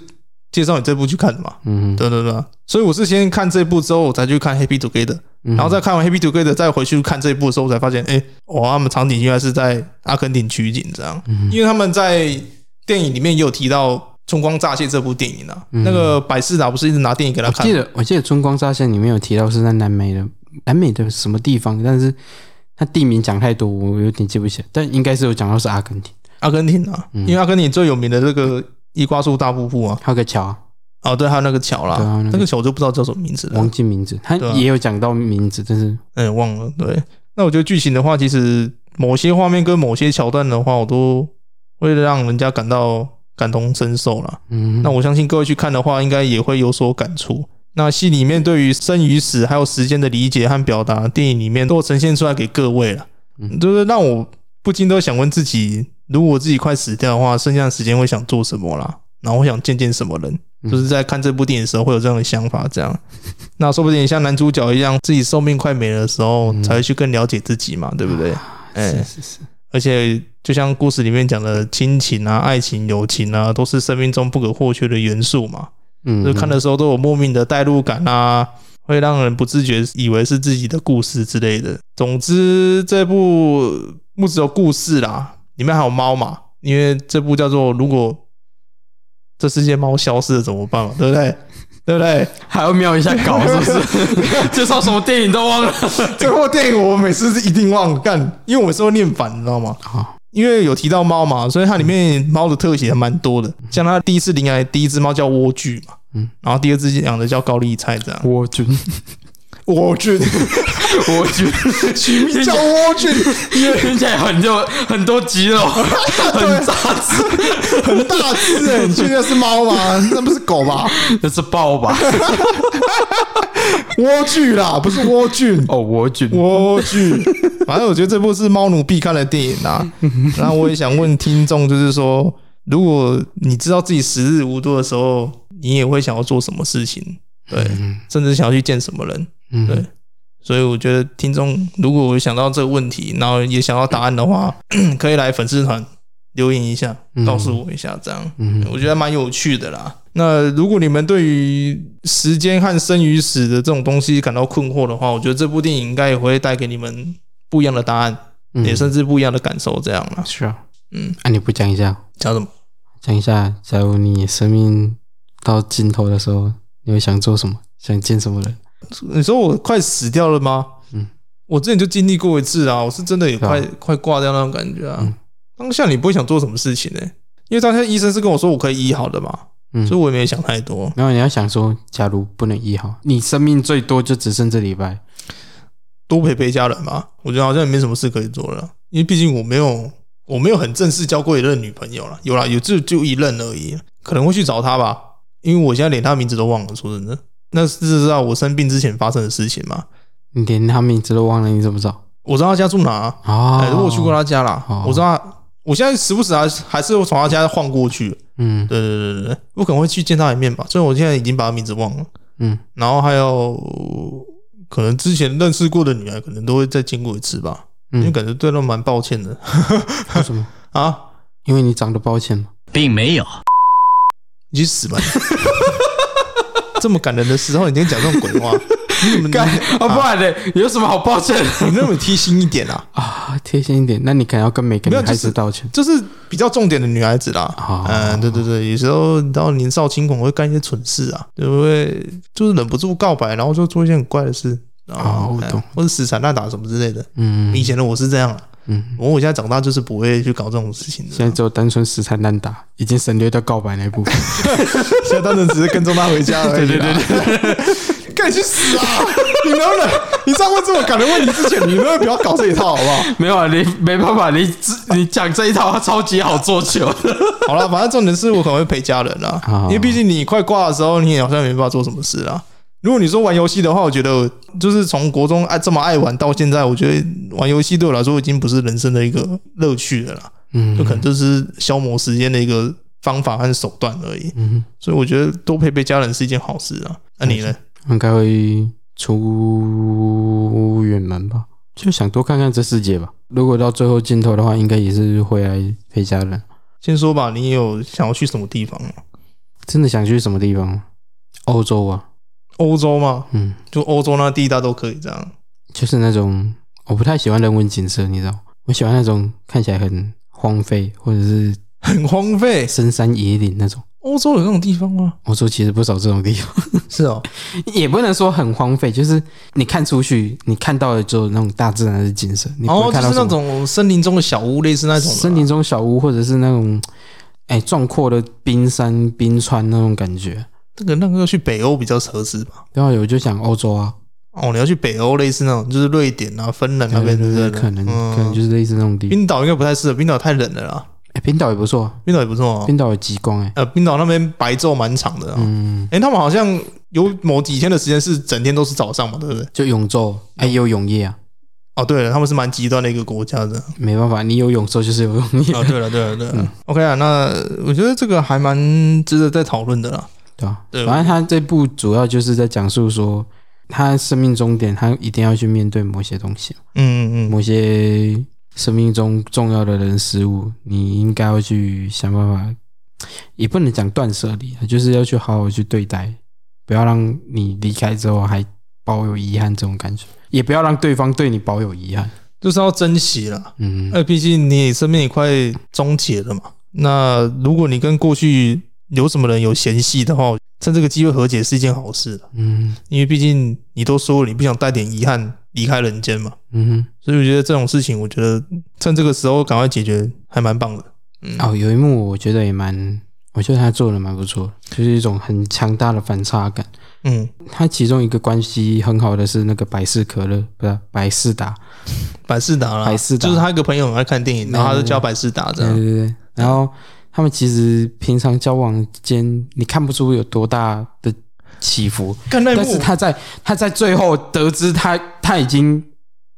B: 介绍你这部去看的嘛。
C: 嗯
B: 对对对啊，所以我是先看这部之后，我才去看《Happy Together》，
C: 嗯
B: 然后再看完《Happy Together》，再回去看这部的时候，我才发现，哎、哦，他们场景原来是在阿根廷取景这样，
C: 嗯
B: 因为他们在电影里面也有提到《春光乍泄》这部电影啊，那个百事达不是一直拿电影给他
C: 嗯我
B: 看
C: 记，得我记得《春光乍泄》里面有提到是在南美的南美的什么地方，但是它地名讲太多，我有点记不起来，但应该是有讲到是阿根廷，
B: 阿根廷啊，
C: 嗯
B: 因为阿根廷最有名的这个伊瓜苏大瀑布啊，
C: 还有个桥、啊，
B: 哦，对，还有那个桥啦，
C: 对啊那个
B: 那个桥我就不知道叫什么名字了
C: 忘，记名字，它
B: 对啊
C: 也有讲到名字，但是
B: 嗯，忘了。对，那我觉得剧情的话，其实某些画面跟某些桥段的话，我都会让人家感到感同身受啦。
C: 嗯，
B: 那我相信各位去看的话，应该也会有所感触。那戏里面对于生与死还有时间的理解和表达，电影里面都有呈现出来给各位了，就是让我不禁都想问自己：如果我自己快死掉的话，剩下的时间会想做什么啦？然后会想见见什么人？就是在看这部电影的时候会有这样的想法，这样。那说不定也像男主角一样，自己寿命快没了的时候，才会去更了解自己嘛，对不对？
C: 啊
B: 哎
C: 是是是，
B: 而且就像故事里面讲的，亲情啊、爱情、友情啊，都是生命中不可或缺的元素嘛。
C: 嗯，
B: 就是看的时候都有莫名的代入感啊，会让人不自觉以为是自己的故事之类的。总之，这部不只有故事啦，里面还有猫嘛，因为这部叫做《如果这世界猫消失了怎么办》嘛，对不对？对不对？
C: 还要瞄一下稿是不是？ 介绍什么电影都忘 了，
B: 这部电影我每次是一定忘干，因为我是会念反，你知道吗？
C: 好，
B: 因为有提到猫嘛，所以它里面猫的特写还蛮多的。像它第一次领养的第一只猫叫莴苣嘛，
C: 嗯
B: 然后第二只养的叫高丽菜这样。
C: 我军，
B: 莴苣，
C: 我军，取名
B: 叫莴苣，
C: 听起来很就很多肌 肉，很扎实，
B: 很大只哎、你确定那是猫吗？ 那不是狗吧？
C: 那是豹吧？
B: 莴苣啦，不是莴苣。
C: 哦，我军，
B: 莴苣，反正我觉得这部是猫奴必看的电影啦、那我也想问听众，就是说，如果你知道自己时日无多的时候，你也会想要做什么事情？对，甚至想要去见什么人？
C: 嗯
B: 对，所以我觉得听众如果有想到这个问题，然后也想要答案的话， 可以来粉丝团留言一下，告诉我一下，这样，
C: 嗯
B: 我觉得蛮有趣的啦。那如果你们对于时间和生与死的这种东西感到困惑的话，我觉得这部电影应该也会带给你们不一样的答案，
C: 嗯
B: 也甚至不一样的感受，这样啦。
C: 是啊，
B: 嗯，
C: 那你不讲一下，
B: 讲什么？
C: 讲一下，假如你生命到尽头的时候，你会想做什么？想见什么人？
B: 你说我快死掉了吗？
C: 嗯，
B: 我之前就经历过一次啊，我是真的也
C: 是啊
B: 快、快挂掉那种感觉啊。
C: 嗯
B: 当下你不会想做什么事情呢、因为当下医生是跟我说我可以医好的嘛，
C: 嗯
B: 所以我也没有想太多。
C: 没有，你要想说，假如不能医好，你生命最多就只剩这礼拜。
B: 多陪陪家人嘛，我觉得好像也没什么事可以做了，因为毕竟我没有我没有很正式交过一任女朋友啦，有啦，有就就一任而已，可能会去找她吧，因为我现在连她名字都忘了，说真的，那是知道我生病之前发生的事情嘛。
C: 你连他名字都忘了，你怎么找
B: 我知道她家住哪、啊，
C: 啊？
B: 哎、如果我去过他家啦，
C: 哦
B: 我知道他，我现在时不时还是还是会从他家晃过去。
C: 嗯
B: 对对对对对，我可能会去见他一面吧。虽然我现在已经把他名字忘了，
C: 嗯，
B: 然后还有可能之前认识过的女孩，可能都会再经过一次吧。因为
C: 嗯，
B: 感觉对他们蛮抱歉的
C: 为什么？
B: 啊，
C: 因为你长得抱歉嘛。
A: 并没有。
B: 你去死 吧！你这么感人的时候，你今天讲这种鬼 话，你怎么
C: 干
B: 你
C: 啊，不然呢？有什么好抱歉的
B: 你那么贴心一点啊？
C: 啊？贴心一点，那你可能要跟每个
B: 没
C: 女
B: 有
C: 孩
B: 就是
C: 子道歉。
B: 就是比较重点的女孩子啦。
C: 哦
B: 嗯，对对对，有时候你到年少轻狂会干一些蠢事啊，对不对？就是忍不住告白，然后就做一些很怪的事啊，
C: 哦我
B: 嗯
C: 懂
B: 或者死缠烂打什么之类的。
C: 嗯
B: 以前的我是这样啊，
C: 嗯，
B: 我我现在长大就是不会去搞这种事情的。
C: 现在只有单纯死缠烂打，已经省略掉告白那一部分。
B: 现在当然只是跟踪他回家 而已。对对对对，赶紧去死啊！ 你能不能，你上问这么敢的问题之前，你能不能不要搞这一套，好不好？
C: 没有啊，你没办法，你你讲这一套超级好做球 的。
B: 好了，反正重点是我可能会陪家人啦，
C: 好
B: 因为毕竟你快挂的时候，你也好像没办法做什么事啦。如果你说玩游戏的话，我觉得就是从国中爱啊这么爱玩到现在，我觉得玩游戏对我来说已经不是人生的一个乐趣了啦，
C: 嗯
B: 就可能就是消磨时间的一个方法和手段而已。
C: 嗯，
B: 所以我觉得多陪陪家人是一件好事啊。那你呢？
C: 应该会出远门吧，就想多看看这世界吧。如果到最后尽头的话，应该也是回来陪家人。
B: 先说吧，你有想要去什么地方啊吗？
C: 真的想去什么地方？欧洲啊，
B: 欧洲吗？
C: 嗯，
B: 就欧洲那地大都可以这样。
C: 就是那种我不太喜欢人文景色，你知道吗，我喜欢那种看起来很荒废或者是
B: 很荒废。
C: 深山野岭那种。
B: 欧洲有那种地方吗？
C: 欧洲其实不少这种地方，
B: 是哦，
C: 也不能说很荒废，就是你看出去，你看到的只有那种大自然的景色，你不
B: 哦，
C: 会
B: 就
C: 看到
B: 是
C: 什
B: 那
C: 么
B: 种森林中的小屋，类似那种的啊
C: 森林中小屋，或者是那种哎壮阔的冰山冰川那种感觉。
B: 这个那个要去北欧比较合适吧？
C: 然后我就想欧洲啊，
B: 哦，你要去北欧，类似那种就是瑞典啊、芬兰那边
C: 对对
B: 之类
C: 对，
B: 的，
C: 可能
B: 嗯
C: 可能就是类似那种地方。
B: 冰岛应该不太适合，冰岛太冷了啦。
C: 哎，冰岛也不错啊，
B: 冰岛也不错哦，
C: 冰岛有极光哎，
B: 呃，冰岛那边白昼蛮长的啊。
C: 嗯，
B: 诶，他们好像有某几天的时间是整天都是早上嘛，对不对？
C: 就永昼，哎，也有永夜啊，
B: 哦，对了，他们是蛮极端的一个国家的。
C: 没办法，你有永昼就是有永夜，
B: 哦，对了，对了，对了。OK
C: 嗯
B: 啊，那我觉得这个还蛮值得再讨论的啦。
C: 对吧？
B: 对
C: 反正他这部主要就是在讲述说，他生命终点，他一定要去面对某些东西，
B: 嗯嗯嗯，
C: 某些生命中重要的人事物，你应该要去想办法，也不能讲断舍离，就是要去好好去对待，不要让你离开之后还保有遗憾这种感觉，也不要让对方对你保有遗憾。
B: 就是要珍惜啦。
C: 嗯，
B: 那毕竟你生命也快终结了嘛。那如果你跟过去有什么人有嫌隙的话，趁这个机会和解是一件好事啦
C: 嗯
B: 因为毕竟你都说了你不想带点遗憾离开人间嘛。
C: 嗯
B: 所以我觉得这种事情，我觉得趁这个时候赶快解决，还蛮棒的。嗯
C: 哼，哦，有一幕我觉得也蛮，我觉得他做的蛮不错的，就是一种很强大的反差感。
B: 嗯，
C: 他其中一个关系很好的是那个百事可乐，不是百事达，
B: 百事达啦，
C: 百事达嗯
B: 就是他一个朋友很爱看电影，然后他就叫百事达这
C: 对
B: 样。
C: 对对，然后他们其实平常交往间，你看不出有多大的起伏，
B: 看那一
C: 但
B: 幕
C: 是，他在他在最后得知他他已经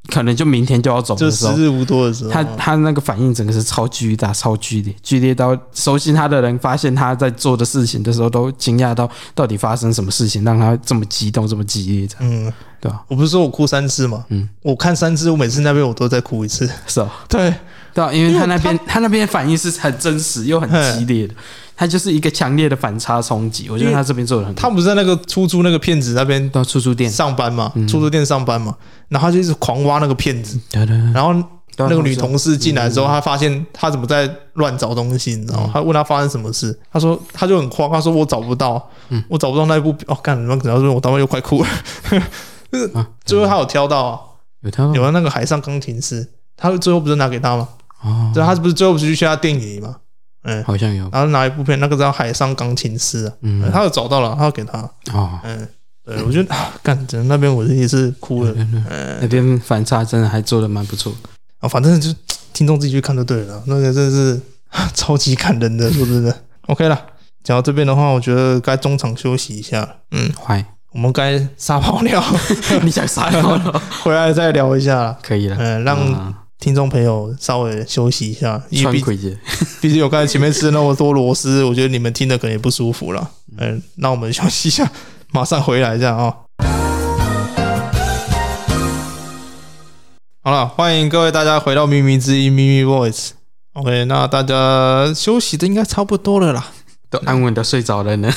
C: 可能就明天就要走
B: 就
C: 的时
B: 时
C: 候。
B: 日无多的时候，
C: 他他那个反应整个是超巨大、超剧烈，剧烈到熟悉他的人发现他在做的事情的时候，都惊讶到到底发生什么事情，让他这么激动、这么激烈，这样
B: 嗯，
C: 对吧？
B: 我不是说我哭三次吗？
C: 嗯，
B: 我看三次，我每次那边我都在哭一次。
C: 是吧？
B: 对，
C: 对啊，因为
B: 因为
C: 他那边他那边反应是很真实又很激烈的，他就是一个强烈的反差冲击。我觉得他这边做的很好
B: 他不是在那个出租那个骗子那边
C: 到出租店，
B: 上班
C: 嗯
B: 嘛，出租店上班嘛，然后他就一直狂挖那个骗子，
C: 对对对
B: 然后
C: 对啊
B: 那个女同事进来之后，
C: 啊
B: 她发现她怎么在乱找东西，你知
C: 嗯
B: 道吗？她问她发生什么事，她说她就很慌，她说我找不到，
C: 嗯
B: 我找不到那一部哦，干什么？然后我当时又快哭了。
C: 啊，嗯
B: 最后她有挑到啊，
C: 有他吗
B: 有那个海上钢琴师，她最后不是拿给她吗？
C: 哦，
B: 对，她不是最后不是去她电影里吗？嗯，
C: 好像有，
B: 然后拿一部片，那个叫《海上钢琴师》啊，
C: 嗯
B: 她有找到了，她有给她，
C: 哦，
B: 嗯，对，我觉得啊干，真的那边我也是哭了
C: 对，对
B: 呃
C: 对那边反差真的还做的蛮不错。
B: 啊，反正就听众自己去看就对了。那个真的是啊超级感人的，说真的。OK 了，讲到这边的话，我觉得该中场休息一下。嗯，
C: 坏，
B: 我们该撒泡尿，
C: 你想啥了？
B: 回来再聊一下啦。
C: 可以了，
B: 嗯，让
C: 啊
B: 听众朋友稍微休息一下，因为
C: 穿
B: 毕
C: 盔甲。
B: 毕竟我刚才前面吃了那么多螺丝，我觉得你们听的可能也不舒服了。嗯，那我们休息一下， 哦马上回来这样啊、好了，欢迎各位大家回到秘密之音秘密 Voice。OK，那大家休息的应该差不多了啦。
C: 都安稳的睡着了呢。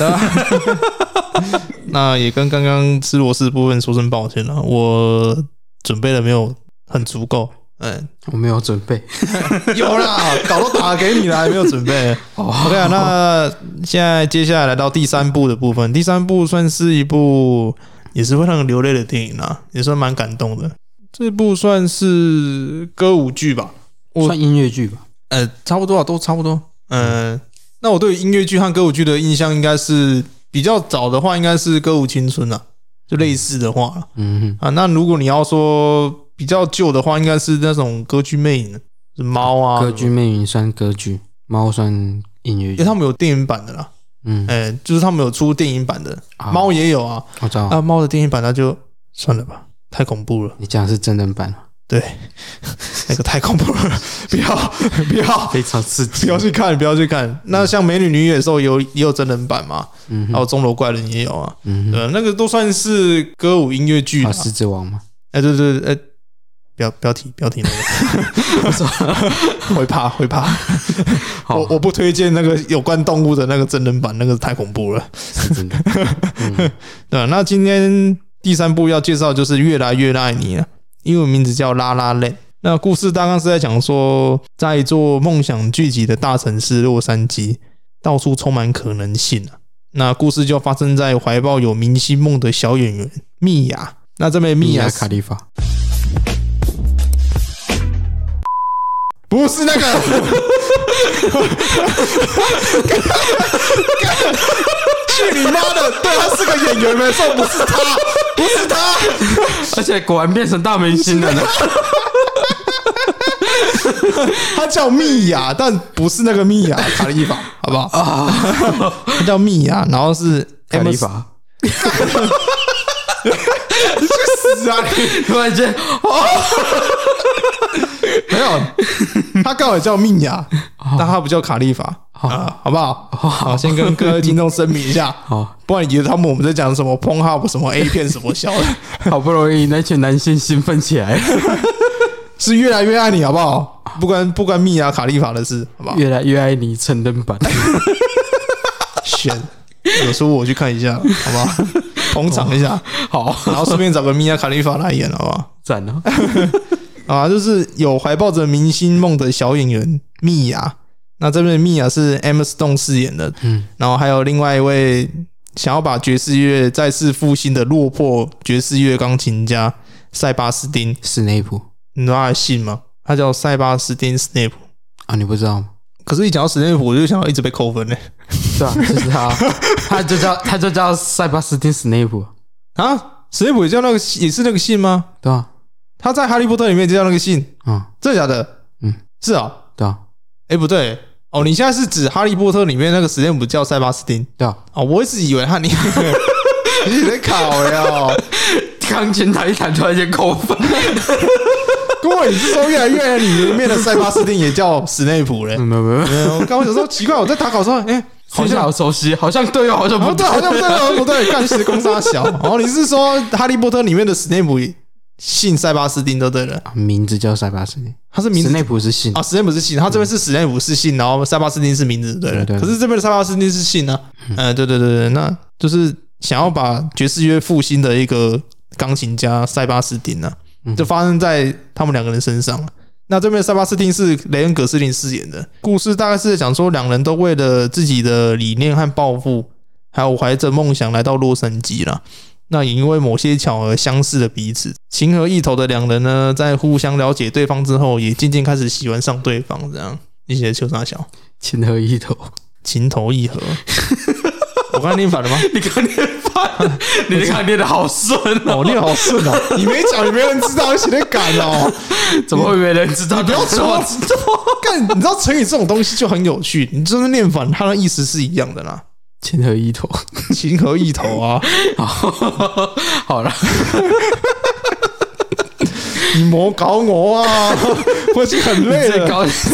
B: 那也跟刚刚吃螺丝部分说声抱歉了，我准备的没有很足够。嗯，
C: 我没有准备。
B: 有啦，稿都打给你了，还没有准备。
C: 哦，
B: OK 啊，那现在接下来来到第三部的部分，第三部算是一部也是会让人流泪的电影啊，也算蛮感动的。这部算是歌舞剧吧，我
C: 算音乐剧吧。
B: 呃，差不多啊，都差不多。嗯，那我对音乐剧和歌舞剧的印象应该是比较早的话，应该是《歌舞青春》啊，就类似的话啊
C: 嗯
B: 啊。那如果你要说比较旧的话，应该是那种《歌剧魅影》是猫
C: 哼，
B: 啊，
C: 歌剧魅影算歌剧，猫算音乐
B: 因为
C: 剧。
B: 他们有电影版的啦，
C: 嗯，
B: 哎、就是他们有出电影版的，
C: 好
B: 猫也有啊。
C: 我知道，
B: 啊，猫的电影版那就算了吧，太恐怖了，
C: 你讲的是真人版，
B: 那个太恐怖了，不要不要
C: 非常刺激
B: 不要去看，不要去看。那像《美女与野兽》有也有真人版嘛，
C: 嗯
B: 还
C: 哼，
B: 有《钟楼怪人》也有啊，
C: 嗯哼，
B: 对，那个都算是歌舞音乐剧
C: 啊，
B: 啦。
C: 狮子王嘛，
B: 哎，对对，对哎，不要不要提不要提那个， 会怕会怕。
C: 好
B: 我，我不推荐那个有关动物的那个真人版，那个太恐怖了。
C: 是 真的。嗯
B: 对，啊那今天第三部要介绍就是《越来越爱你》了，英文名字叫《拉拉泪》。那故事大纲是在讲说，在一座梦想聚集的大城市洛杉矶，到处充满可能性啊。那故事就发生在怀抱有明星梦的小演员蜜雅。那这边蜜
C: 米
B: 雅
C: 娅
B: 是
C: 卡利法，
B: 不是那个， 去你妈的！对，他是个演员没错，不是他，不是他。
C: 而且果然变成大明星了呢。
B: 他叫蜜雅，但不是那个蜜雅卡利法，好不好？
C: 啊，
B: 他叫蜜雅，然后是
C: 卡
B: Emma
C: 利法，
B: 斯啊，
C: 突然间，哦
B: 没有，他刚好叫蜜雅，
C: 哦
B: 但他不叫卡利法啊，好不好？好，先跟各位听众声明一下，
C: 好，
B: 不然以为他们我们在讲什么 p o n h u b 什么 A 片什么小的，
C: 好不容易那群男性兴奋起来，
B: 是越来越爱你，好不好？不关不关蜜雅卡利法的事，好不好？
C: 越来越爱你成人 版。
B: 选，有时候我去看一下，好不好？捧场一下，
C: 好，
B: 然后顺便找个米娅卡利法来演，好不好？
C: 赞哦。
B: 啊，就是有怀抱着明星梦的小演员蜜雅。那这边的蜜雅是 Emma Stone 饰演的，
C: 嗯，
B: 然后还有另外一位想要把爵士乐再次复兴的落魄爵士乐钢琴家塞巴斯汀，
C: 史内普
B: 你知道他的姓吗？他叫塞巴斯汀 Snape。
C: 啊，你不知道吗？
B: 可是，一讲到 Snape，我就想到一直被扣分嘞、
C: 对啊，就是他， 他就叫他就叫塞巴斯汀史内普，
B: 啊，Snape 也叫那个也是那个姓吗？
C: 对啊，
B: 他在《哈利波特》里面就叫那个姓，
C: 嗯，
B: 真的假的？
C: 嗯，
B: 是啊、
C: 对啊，
B: 诶哎、不对，哦，你现在是指《哈利波特》里面那个实验不叫塞巴斯汀
C: 对啊，
B: 啊、哦？我一直以为他你 你在考 呀，
C: 钢琴弹一弹，突然间扣分。
B: 跟我你是说越来越爱你里面的塞巴斯汀也叫史内普嘞？
C: 没有没有，
B: 没有，我刚我想说奇怪，我在打考的时候，哎、
C: 好
B: 好
C: 像
B: 像
C: 好熟悉，好像对哦，好像
B: 哦
C: 不
B: 对，
C: 对。
B: 好像不对，好像不对，干时空差小。哦，你是说《哈利波特》里面的史内普姓塞巴斯汀都对了，
C: 啊名字叫塞哦巴斯汀，
B: 他是名
C: 史
B: 字
C: 内普是姓
B: 啊，史内普是姓，他这边是史内普是姓，然后塞巴斯汀是名字，对的。
C: 对对对嗯
B: 可是这边的塞巴斯汀是姓啊，呃，对对对对，那就是想要把爵士乐复兴的一个钢琴家塞巴斯汀啊，
C: 嗯
B: 就发生在他们两个人身上。啊那这边的塞巴斯汀是雷恩·葛斯林饰演的，故事大概是在讲说两人都为了自己的理念和抱负，还有怀着梦想来到洛杉矶啦。那也因为某些巧合相似的彼此，情和意投的两人呢，在互相了解对方之后，也渐渐开始喜欢上对方。这样，你写的秋沙小，
C: 情何以头？
B: 情投意 合。我刚才念反了吗？
C: 你看念 翻，你看念的好顺
B: 哦，念好顺 哦！你没讲，你没人知道，你写的敢哦。
C: 怎么会没人知道？你
B: 不要说
C: 知道，
B: 干，你知道成语这种东西就很有趣，你就是念反，它的意思是一样的啦，
C: 情何以头？
B: 情和意投 啊。
C: 好了，
B: 你莫搞我啊！我已经很累
C: 最
B: 了，
C: 高兴。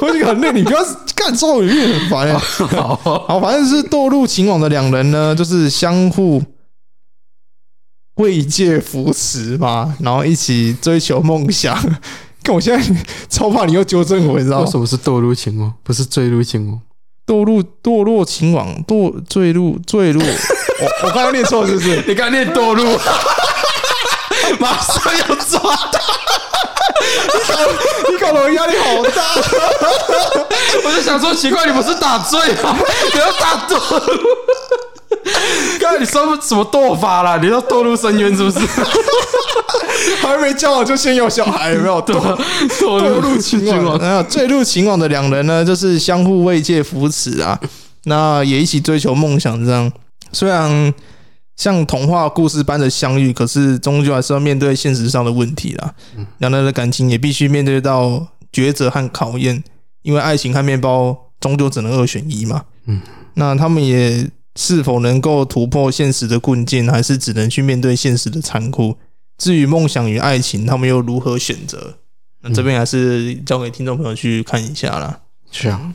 B: 我已经很累，你不要干咒语，很烦啊。
C: 好，
B: 好，反正是堕入情网的两人呢，就是相互慰藉扶持嘛，然后一起追求梦想。 看我现在超怕你又纠正我，你知道
C: 为
B: 吗
C: 什？么是堕入情网，不是坠入情网？
B: 堕入堕落情网，堕坠入坠 入。我我刚才念错是不是？
C: 你刚念堕 入，
B: 马上要抓到！你搞你搞得我压力好大。
C: 我就想说奇怪，你不是打坠吗？ 你要打堕入？刚才你说什么堕法啦？你要堕入深渊是 不是？
B: 还没交往就先有小孩，有没有？堕
C: 堕
B: 堕入
C: 情
B: 情网，那坠入情网的两人呢，就是相互慰藉扶持 啊，那也一起追求梦想。这样虽然像童话故事般的相遇，可是终究还是要面对现实上的问题啦。两人的感情也必须面对到抉择和考验，因为爱情和面包终究只能二选一嘛。
C: 嗯，
B: 那他们也是否能够突破现实的困境，还是只能去面对现实的残酷？至于梦想与爱情，他们又如何选择？
C: 嗯
B: 那这边还是交给听众朋友去看一下啦。
C: 是啊，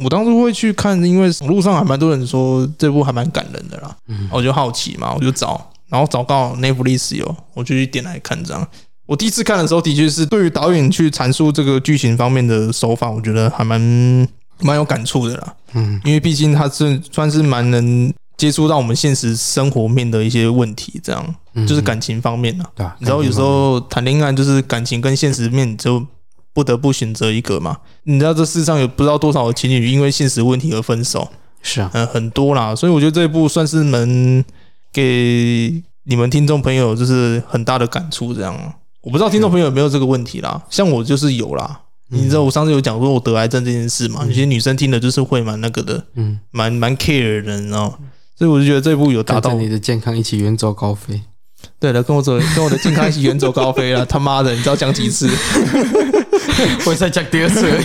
B: 我当初会去看，因为网络上还蛮多人说这部还蛮感人的啦，哦
C: 嗯
B: 我就好奇嘛，我就找，然后找到 Netflix 有，我就去点来看这样。我第一次看的时候，的确是对于导演去阐述这个剧情方面的手法，我觉得还蛮蛮有感触的啦，
C: 嗯
B: 因为毕竟它是算是蛮能接触到我们现实生活面的一些问题，这样
C: 嗯
B: 就是感情方面啊。
C: 对啊，
B: 你知道有时候谈恋爱就是感情跟现实面，你就不得不选择一个嘛。你知道这世上有不知道多少的情侣因为现实问题而分手，
C: 是啊，
B: 嗯、很多啦。所以我觉得这一部算是能给你们听众朋友就是很大的感触。这样，我不知道听众朋友有没有这个问题啦，像我就是有啦。你知道我上次有讲说我得癌症这件事嘛？有些女生听了就是会蛮那个的，
C: 嗯，
B: 蛮蛮 care 的，你知道吗。所以我就觉得这部有达
C: 达
B: 到
C: 到你的健康一起远走 高飞。
B: 对了，跟我走，跟我的健康一起远走高飞了。 他妈的，你知道讲几次？
C: 我再讲第二次而已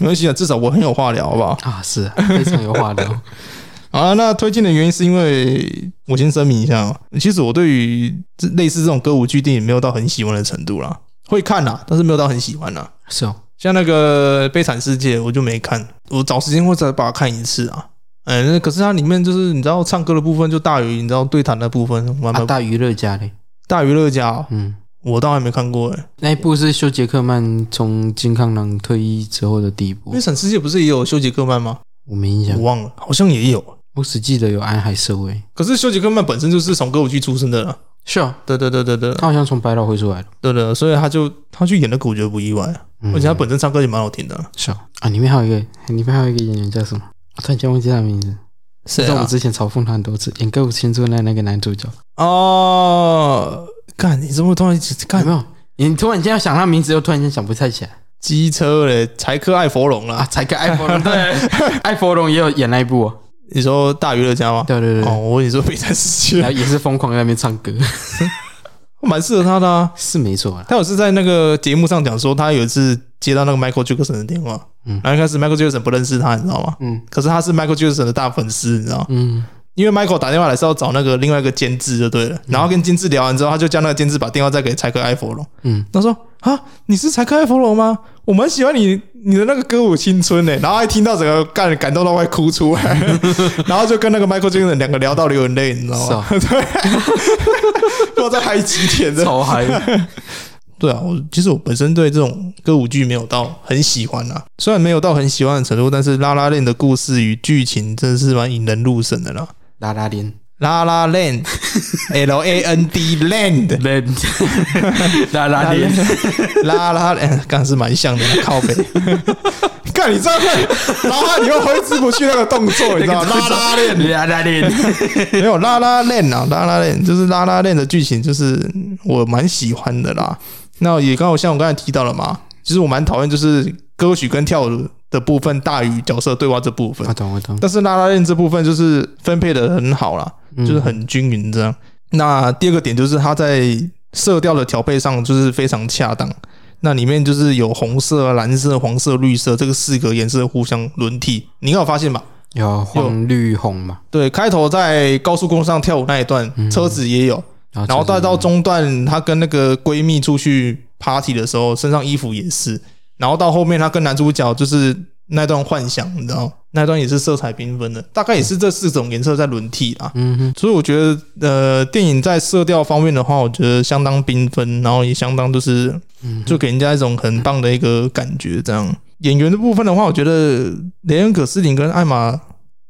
B: 没关系啊，至少我很有话聊，好不好？
C: 啊，是啊非常有话聊。
B: 好啊，那推荐的原因是因为我先声明一下哦，其实我对于这类似这种歌舞剧电影没有到很喜欢的程度啦，会看啦，但是没有到很喜欢啦。
C: 是哦，
B: 像那个《悲惨世界》，我就没看，我找时间会再把它看一次啊。嗯、那可是它里面就是你知道唱歌的部分就大于你知道对谈的部分，我还
C: 啊，
B: 没
C: 大娱乐家嘞，
B: 大娱乐家哦、
C: 嗯，
B: 我倒还没看过诶、哎
C: 那一部是修杰克曼从金刚狼退役之后的第一部
B: 悲，惨世界》不是也有修杰克曼吗？
C: 我没印象
B: 我，忘了，好像也有。
C: 我只记得有安海瑟薇。
B: 可是修杰克曼本身就是从歌舞剧出身的啦。
C: 是哦，
B: 对对对对对，
C: 他好像从百老汇出来的，
B: 对的，所以他就他去演那个，我觉得不意外啊，
C: 嗯
B: 而且他本身唱歌也蛮好听的啊。
C: 是哦啊，里面还有一个，里面还有一个演员叫什么？我突然间忘记他的名字，
B: 谁
C: 但是我啊之前嘲讽他很多次，演《歌舞青春》的那个男主角，
B: 哦，干，你怎么突然
C: 有
B: 干
C: 没有？你突然间要想他名字，又突然间想不太起来
B: 机车嘞？柴克艾佛龙
C: 啊！
B: 啦，
C: 才跟艾佛 龙对，艾佛龙也有演那一部哦，
B: 你说大娱乐家吗？
C: 对对对
B: 哦，，我问你说《北 山世
C: 然
B: 界
C: 后》也是疯狂在那边唱歌，
B: 蛮适合他的啊。
C: 是没错啦。
B: 他有次在那个节目上讲说，他有一次接到那个 Michael Jackson 的电话，
C: 嗯
B: 然后一开始 Michael Jackson 不认识他，你知道吗？
C: 嗯
B: 可是他是 Michael Jackson 的大粉丝，你知道吗，
C: 嗯，
B: 因为 Michael 打电话来是要找那个另外一个监制就对了，然后跟监制聊完之后，他就叫那个监制把电话再给柴克艾佛龙，
C: 嗯，
B: 他说啊，你是柴克艾佛龙吗？我蛮喜欢你你的那个歌舞青春呢、欸然后还听到整个干感动到快哭出来， 然后就跟那个 Michael Jackson 两个聊到流眼泪，你知道
C: 是
B: 吗
C: 啊？
B: 对，不知道在嗨几点的。
C: 超嗨。
B: 对啊，我其实我本身对这种歌舞剧没有到很喜欢啊，虽然没有到很喜欢的程度，但是拉拉链的故事与剧情真的是蛮引人入胜的啦。
C: 拉 拉链
B: 拉拉 land L A N D land
C: 链，拉拉链，
B: 拉拉， 哎刚是蛮像的，靠背。看你这样会，拉拉，你又挥之不去那个动作，你知道 吗？拉拉链
C: 拉拉链，
B: 没有拉拉链啊，拉拉链就是拉拉链的剧情，就是我蛮喜欢的啦。那也刚好像我刚才提到了嘛，其实我蛮讨厌就是歌曲跟跳舞的部分大于角色对话这部分
C: 我，懂我懂，
B: 但是拉拉链这部分就是分配的很好啦。
C: 嗯
B: 就是很均匀这样。那第二个点就是它在色调的调配上就是非常恰当。那里面就是有红色、啊蓝色、黄色、绿色这个四个颜色互相轮替，你应该有发现吧？
C: 有黄绿红嘛，
B: 对，开头在高速公路上跳舞那一段，车子啊也有，
C: 然
B: 然后
C: 再
B: 再到中段，她跟那个闺蜜出去 party 的时候，身上衣服也是，然后到后面她跟男主角就是那段幻想，你知道吗，那段也是色彩缤纷的，大概也是这四种颜色在轮替啦。
C: 嗯哼，
B: 所以我觉得，呃，电影在色调方面的话，我觉得相当缤纷，然后也相当就是
C: 嗯哼
B: 就给人家一种很棒的一个感觉。这样演员的部分的话，我觉得雷恩·葛斯林跟艾玛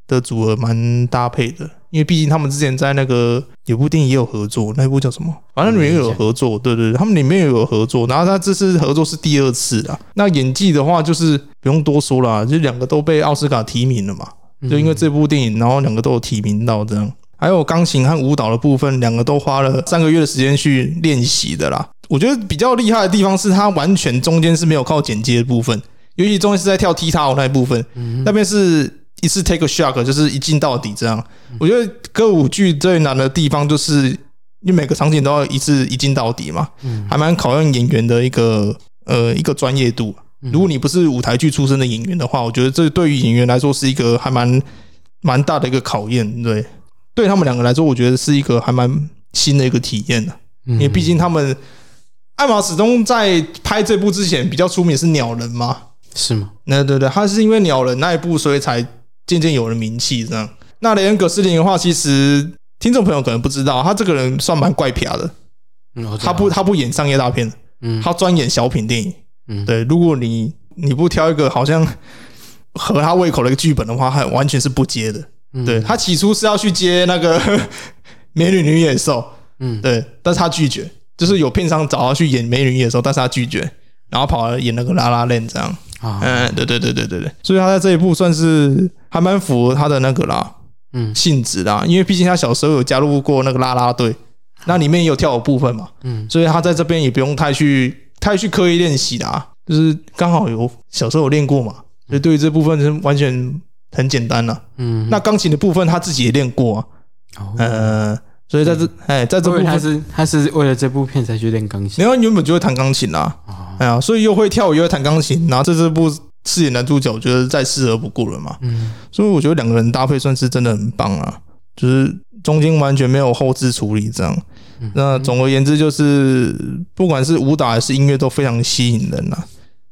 B: 的组合蛮搭配的，因为毕竟他们之前在那个有部电影也有合作，那部叫什么？反正里面有合作，对对对，他们里面也有合作。然后他这次合作是第二次啦。那演技的话，就是不用多说啦，就两个都被奥斯卡提名了嘛。就
C: 嗯
B: 因为这部电影，然后两个都有提名到这样。还有钢琴和舞蹈的部分，两个都花了三个月的时间去练习的啦。我觉得比较厉害的地方是，它完全中间是没有靠剪接的部分，尤其中间是在跳踢踏舞那一部分，那边是一次 take a shot，就是一进到底这样。我觉得歌舞剧最难的地方就是，因为每个场景都要一次一进到底嘛，
C: 嗯
B: 还蛮考验演员的一个呃一个专业度。如果你不是舞台剧出身的演员的话，我觉得这对于演员来说是一个还蛮蛮大的一个考验。对，对他们两个来说，我觉得是一个还蛮新的一个体验的、啊
C: 因
B: 因为毕竟他们艾玛始终在拍这部之前比较出名是《鸟人》嘛，
C: 是吗？
B: 那对对，他是因为鸟人那一部，所以才渐渐有了名气这样。那雷恩·葛斯林的话，其实听众朋友可能不知道，他这个人算蛮怪癖的，
C: 嗯，我知
B: 他
C: 道
B: 不，他不演商业大片，
C: 嗯，
B: 他专演小品电影。
C: 嗯
B: 对，如果你你不挑一个好像合他胃口的一个剧本的话，他完全是不接的。
C: 嗯
B: 对，他起初是要去接那个 《美女与野兽》，
C: 嗯
B: 对，但是他拒绝，就是有片商找他去演《美女与野兽》，但是他拒绝，然后跑来演那个《拉拉链》这样。
C: 啊，
B: 嗯，对对对对对对，所以他在这一部算是还蛮符合他的那个啦
C: 嗯
B: 性质啦，因为毕竟他小时候有加入过那个啦啦队，那里面也有跳舞部分嘛，
C: 嗯
B: 所以他在这边也不用太去太去刻意练习啦，就是刚好有小时候有练过嘛，所以对于这部分是完全很简单啦。
C: 嗯，
B: 那钢琴的部分他自己也练过啊，
C: 哦
B: 呃，所以在这哎在这
C: 我
B: 部
C: 以为他
B: 分，
C: 是他是为了这部片才去练钢琴
B: 然后原本就会弹钢琴啦、
C: 啊，
B: 哎呀，所以又会跳舞又会弹钢琴，然后在这部饰演男主角，我觉得再适合不过了嘛。
C: 嗯，
B: 所以我觉得两个人搭配算是真的很棒啊，就是中间完全没有后置处理这样。
C: 嗯
B: 那总而言之，就是不管是舞蹈还是音乐都非常吸引人啦、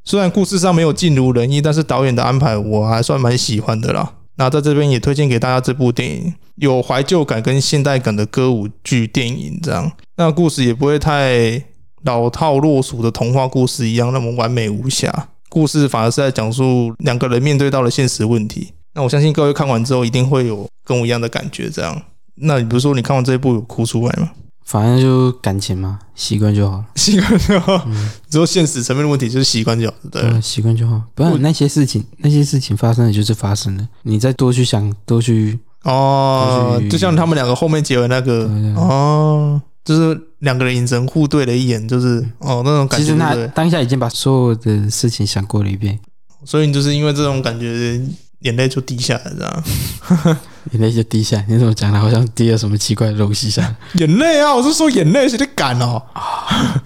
B: 虽然故事上没有尽如人意，但是导演的安排我还算蛮喜欢的啦。那在这边也推荐给大家这部电影，有怀旧感跟现代感的歌舞剧电影这样。那故事也不会太老套落俗的童话故事一样那么完美无瑕，故事反而是在讲述两个人面对到的现实问题。那我相信各位看完之后一定会有跟我一样的感觉。这样，那你不是说你看完这一部有哭出来吗？
C: 反正就感情嘛，习惯就好了，
B: 习惯就好，只有现实层面的问题就是习惯就好，对不嗯对？
C: 嗯，习惯就好。不然那些事情，那些事情发生了就是发生了，你再多去想，多去，
B: 哦
C: 就是，
B: 就像他们两个后面结尾那个
C: 对对对
B: 哦，就是两个人眼神互对了一眼，就是哦那种感
C: 其
B: 觉，对不
C: 实那
B: 对？
C: 当下已经把所有的事情想过了一遍，
B: 所以你就是因为这种感觉，眼泪就滴下来，这样。
C: 眼泪就滴下来。你怎么讲的？好像滴了什么奇怪的东 西下来，
B: 眼泪啊，我是说眼泪，谁的敢哦？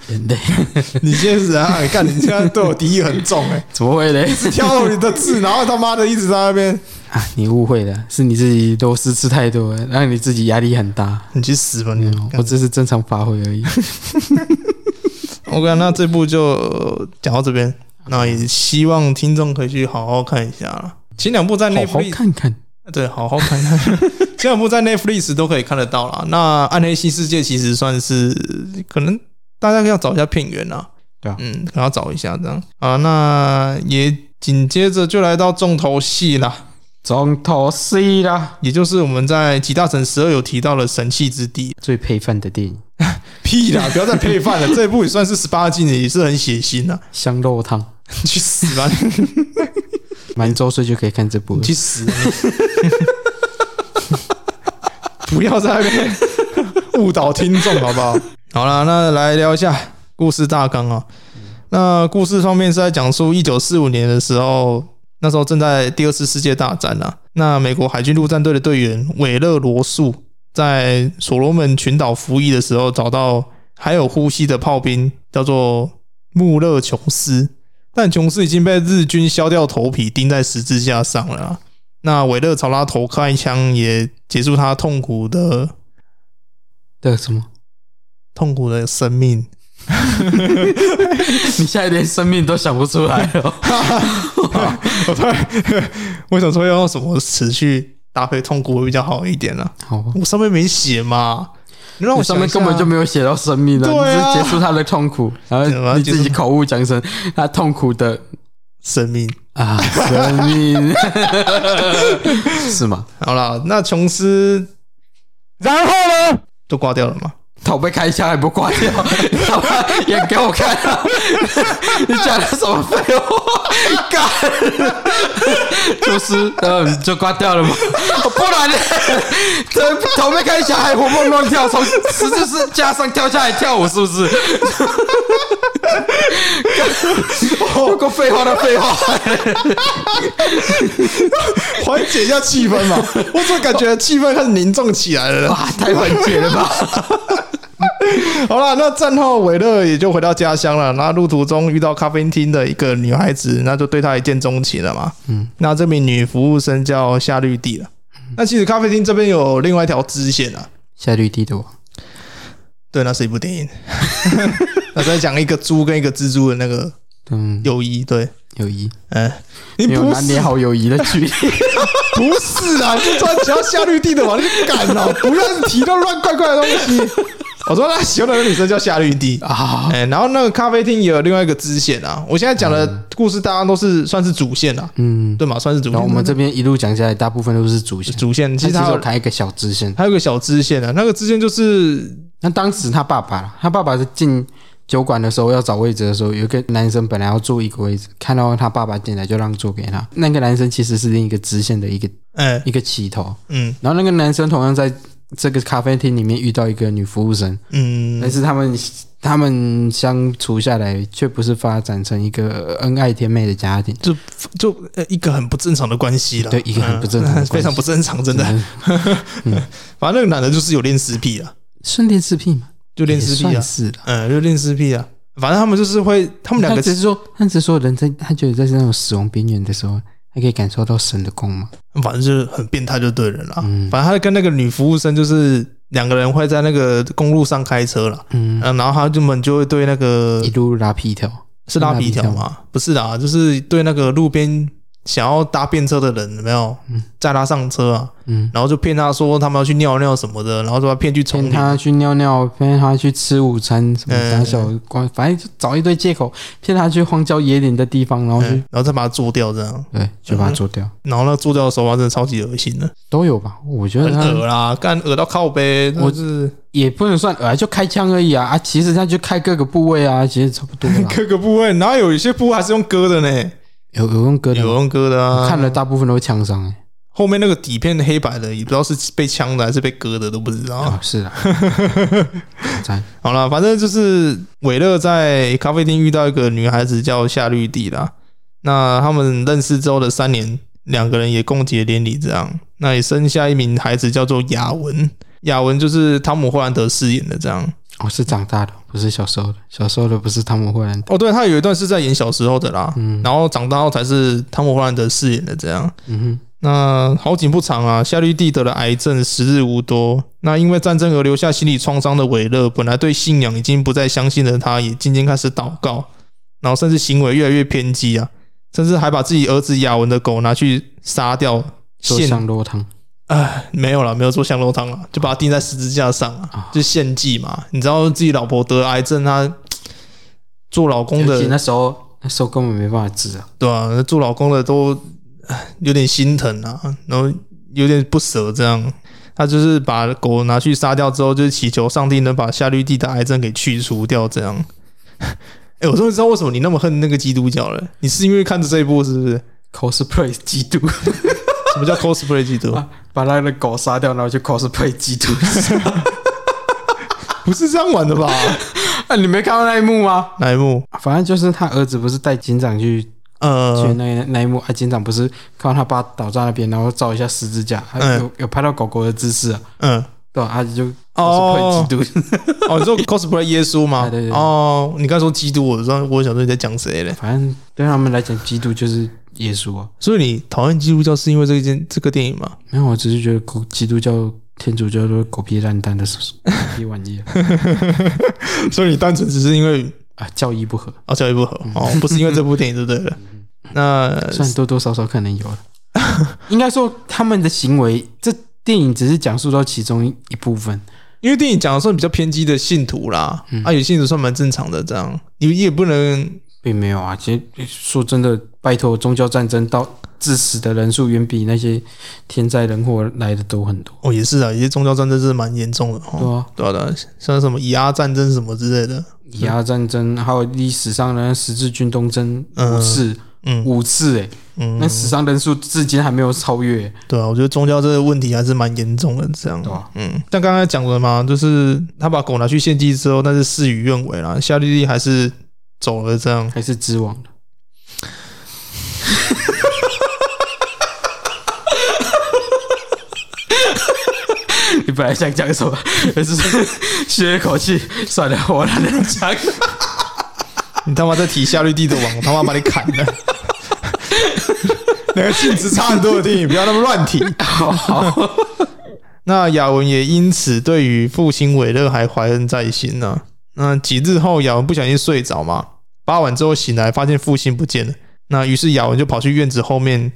C: 眼泪
B: 你现在是怎样？你看你现在对我敌意很重 哎、
C: 怎么会嘞？
B: 挑你的字，然后他妈的一直在那边，
C: 啊，你误会了，是你自己螺丝吃太多了，让你自己压力很大。
B: 你去死吧你！
C: 嗯，我只是正常发挥而已。
B: 我感那这部就呃讲到这边，那也希望听众可以去好好看一下了。前两部在
C: 好好
B: Netflix
C: 看看，
B: 对，好好看 看。这两部在 Netflix 都可以看得到啦。那《暗黑新世界》其实算是可能大家要找一下片源啦。
C: 对啊
B: 嗯，可能要找一下这样啊。那也紧接着就来到重头戏啦，
C: 重头戏啦，
B: 也就是我们在《几大神十二》有提到的神器之地。
C: 最配饭的电影
B: 屁啦，不要再配饭 了，这一部也算是十八禁的，也是很血腥 啊。
C: ——香肉汤，
B: 你去死吧！
C: 满周岁就可以看这部
B: 你
C: 了。
B: 去死、啊！你 不要在那边误导听众，好不好？好了，那来聊一下故事大纲啊。那故事方面是在讲述一九四五年的时候，那时候正在第二次世界大战啊。那美国海军陆战队的队员韦勒罗素在所罗门群岛服役的时候，找到还有呼吸的炮兵，叫做穆勒琼斯。但琼斯已经被日军削掉头皮，钉在十字架上了啊。那韦勒朝他头开一枪，也结束他痛苦的
C: 的什么？
B: 痛苦的生命。
C: 你现在连生命都想不出来哦 了。
B: 我突然我想说要用什么词去搭配痛苦会比较好一点呢、啊
C: 好吧，
B: 我上面没写嘛，你让我
C: 我
B: 想
C: 上
B: 一
C: 面
B: 下
C: 根本就没有写到生命了，
B: 对啊
C: 你只是结束他的痛苦，然
B: 对啊我要
C: 后你自
B: 结
C: 己口误讲成他痛苦的
B: 生命。
C: 啊 生命， 是吗？
B: 好啦，那琼斯
C: 然后呢？
B: 都挂掉了嘛？
C: 头被开枪还不挂掉， 你他妈演给我看 啊！你讲的什么废话？ 干，就是嗯，就挂掉了嘛。 不然呢？头头被开枪还活蹦乱跳，从十字是架上跳下来跳舞，是不 是？ 干不过废话的废话，
B: 缓解一下气氛嘛，我怎么感觉气氛开始凝重起来了？
C: 哇，太缓解了吧？
B: 好啦，那战后韦勒也就回到家乡了。那路途中遇到咖啡厅的一个女孩子，那就对她一见钟情了嘛。
C: 嗯，
B: 那这名女服务生叫夏绿蒂了。那其实咖啡厅这边有另外一条支线啊。
C: 夏绿蒂的我，
B: 对，那是一部电 影。那在讲一个猪跟一个蜘蛛的那个
C: 嗯，
B: 友谊。对，
C: 友谊，
B: 嗯、你
C: 没有
B: 不
C: 难
B: 是
C: 免好友谊的 距离。
B: 不是啊，就突然提到夏绿蒂的嘛，你就敢哦，不要提到乱怪怪的东西。我说他喜欢的女生叫夏绿 蒂。
C: 啊，
B: 哎、然后那个咖啡厅也有另外一个支线啊。我现在讲的故事，大家都是算是主线啊，
C: 嗯，
B: 对嘛？算是主线。
C: 然后我们这边一路讲下来，大部分都是主线，
B: 主线其
C: 其
B: 实
C: 实
B: 它
C: 有
B: 有
C: 开一个小支线。
B: 还有个小支线啊，那个支线就是
C: 那当时他爸爸啦，他爸爸是进酒馆的时候要找位置的时候，有一个男生本来要坐一个位置，看到他爸爸进来就让座给他。那个男生其实是另一个支线的一个
B: 哎、
C: 一个起头。
B: 嗯
C: 然后那个男生同样在这个咖啡厅里面遇到一个女服务生，但
B: 嗯，
C: 是他们他们相处下来却不是发展成一个恩爱甜美的家庭。
B: 就就呃一个很不正常的关系了。
C: 对一个很不正常的关系
B: 非常不正常，真的。 反正那个男的就是有恋尸癖啊，
C: 顺恋视癖嘛，
B: 就恋
C: 也
B: 尸癖
C: 算
B: 啊，
C: 是的。
B: 嗯，就恋尸癖啊。反正他们就是会，他们两
C: 他
B: 个
C: 只是说，他只是说人在他觉得在那种死亡边缘的时候，他可以感受到神的光芒。
B: 反正就是很变态就对人了啦。
C: 嗯
B: 反正他跟那个女服务生就是两个人会在那个公路上开车了。
C: 嗯，
B: 嗯，然后他就们就会对那个
C: 一路拉皮条，
B: 是拉皮条
C: 拉皮
B: 吗？不是啦，就是对那个路边想要搭便车的人有没有载他上车啊？
C: 嗯，
B: 然后就骗他说他们要去尿尿什么的，然后就要骗去丛
C: 骗
B: 林。
C: 他去尿尿，骗他去吃午餐，什么
B: 嗯
C: 打小光，反正就找一堆借口骗他去荒郊野岭的地方，然后去、
B: 嗯然后再把他做掉，这样，
C: 对，就把他做掉，
B: 然后那个做掉的手法真的超级恶心的，
C: 都有吧？我觉得
B: 很
C: 他
B: 恶啦，干恶到靠背，
C: 我
B: 就是。
C: 也不能算恶啊，就开枪而已啊啊！其实他就开各个部位啊，其实差不多啦
B: 各个部位，然后有一些部位还是用割的呢，
C: 有有用割的
B: 有
C: 吗，
B: 用割的啊，
C: 我看了大部分都是枪伤哎、
B: 后面那个底片黑白的，也不知道是被枪的还是被割的，都不知道。
C: 啊、是 啊，赞
B: 好了，反正就是韦勒在咖啡厅遇到一个女孩子叫夏绿蒂啦。那他们认识之后的三年，两个人也共结连理，这样，那也生下一名孩子叫做雅文。雅文就是汤姆·霍兰德饰演的这样。
C: 我、哦是长大的，不是小时候的。小时候的不是汤姆·霍兰德。
B: 哦，对，他有一段是在演小时候的啦，
C: 嗯
B: 然后长大后才是汤姆·霍兰德饰演的这样。
C: 嗯
B: 那好景不长啊，夏绿蒂得了癌症，时日无多。那因为战争而留下心理创伤的韦勒，本来对信仰已经不再相信的他，也渐渐开始祷告，然后甚至行为越来越偏激啊，甚至还把自己儿子雅文的狗拿去杀掉，
C: 哼，做
B: 献
C: 香肉汤
B: 哎没有了，没有做香肉汤了，就把它钉在十字架上啊
C: 啊，
B: 就献祭嘛。你知道自己老婆得癌症，她做老公
C: 尤
B: 的
C: 其那时候那时候根本没办法治啊。
B: 对啊，那做老公的都唉有点心疼啊，然后有点不舍这样。他就是把狗拿去杀掉之后，就是祈求上帝能把夏绿蒂的癌症给去除掉这样。 哎、我终于知道为什么你那么恨那个基督教了。你是因为看着这一部是不是？
C: cosplay 基督，
B: 什么叫 cosplay 基 督？
C: 把把那个狗杀掉，然后去 cosplay 基 督。
B: 不是这样玩的 吧？
C: 啊，你没看到那一幕吗？
B: 哪一幕？
C: 反正就是他儿子不是带警长去去
B: 呃，
C: 那那一幕啊，警长不是看到他爸倒在那边，然后照一下十字架，啊
B: 嗯
C: 有有拍到狗狗的姿势啊，
B: 嗯，
C: 对吧？他就
B: 哦
C: cosplay 基督，
B: 哦，你说 cosplay 耶稣吗？
C: 哎对对对
B: 哦，你刚才说基督，我知道，我想说你在讲谁嘞？
C: 反正对他们来讲，基督就是耶稣啊。
B: 所以你讨厌基督教是因为这件这个电影吗？
C: 没有，我只是觉得基督教天主教都是狗屁烂蛋的 一玩意儿
B: 所以你单纯只是因为
C: 啊，教义 不合，
B: 啊教育不合哦，不是因为这部电影就对了。那
C: 算多多少少可能有 了。应该说他们的行为，这电影只是讲述到其中一一部分。
B: 因为电影讲的算比较偏激的信徒啦，啊，有信徒算蛮正常的，这样你也不能
C: 并没有啊，其实说真的，拜托，宗教战争到致死的人数远比那些天灾人祸来的多很多。
B: 哦，也是啊，有些宗教战争是蛮严重的
C: 对
B: 哦。
C: 啊，
B: 对啊，对啊，像什么以阿战争什么之类的，
C: 以阿啊战争，还有历史上的那十字军东征
B: 嗯
C: 五次，
B: 嗯
C: 五次哎、欸，那
B: 嗯，
C: 死伤人数至今还没有超越欸、
B: 对啊，我觉得宗教这个问题还是蛮严重的，这样
C: 对。吧、
B: 嗯，像刚才讲的嘛，就是他把狗拿去献祭之后，但是事与愿违啦，夏绿蒂还是走了这样。
C: 还是 之王的，你本来想讲什么， 但是吸了一口气，算了，我懒得 讲。
B: 你他妈在提夏绿蒂的网，我他妈把你砍了！ 两个性质差很多的电影，不要那么乱提。
C: 好好，
B: 那雅文也因此对于父亲韦勒还怀恨在心呢、那几日后，雅文不小心睡着嘛，八晚之后醒来，发现父亲不见了。那于是雅文就跑去院子后面，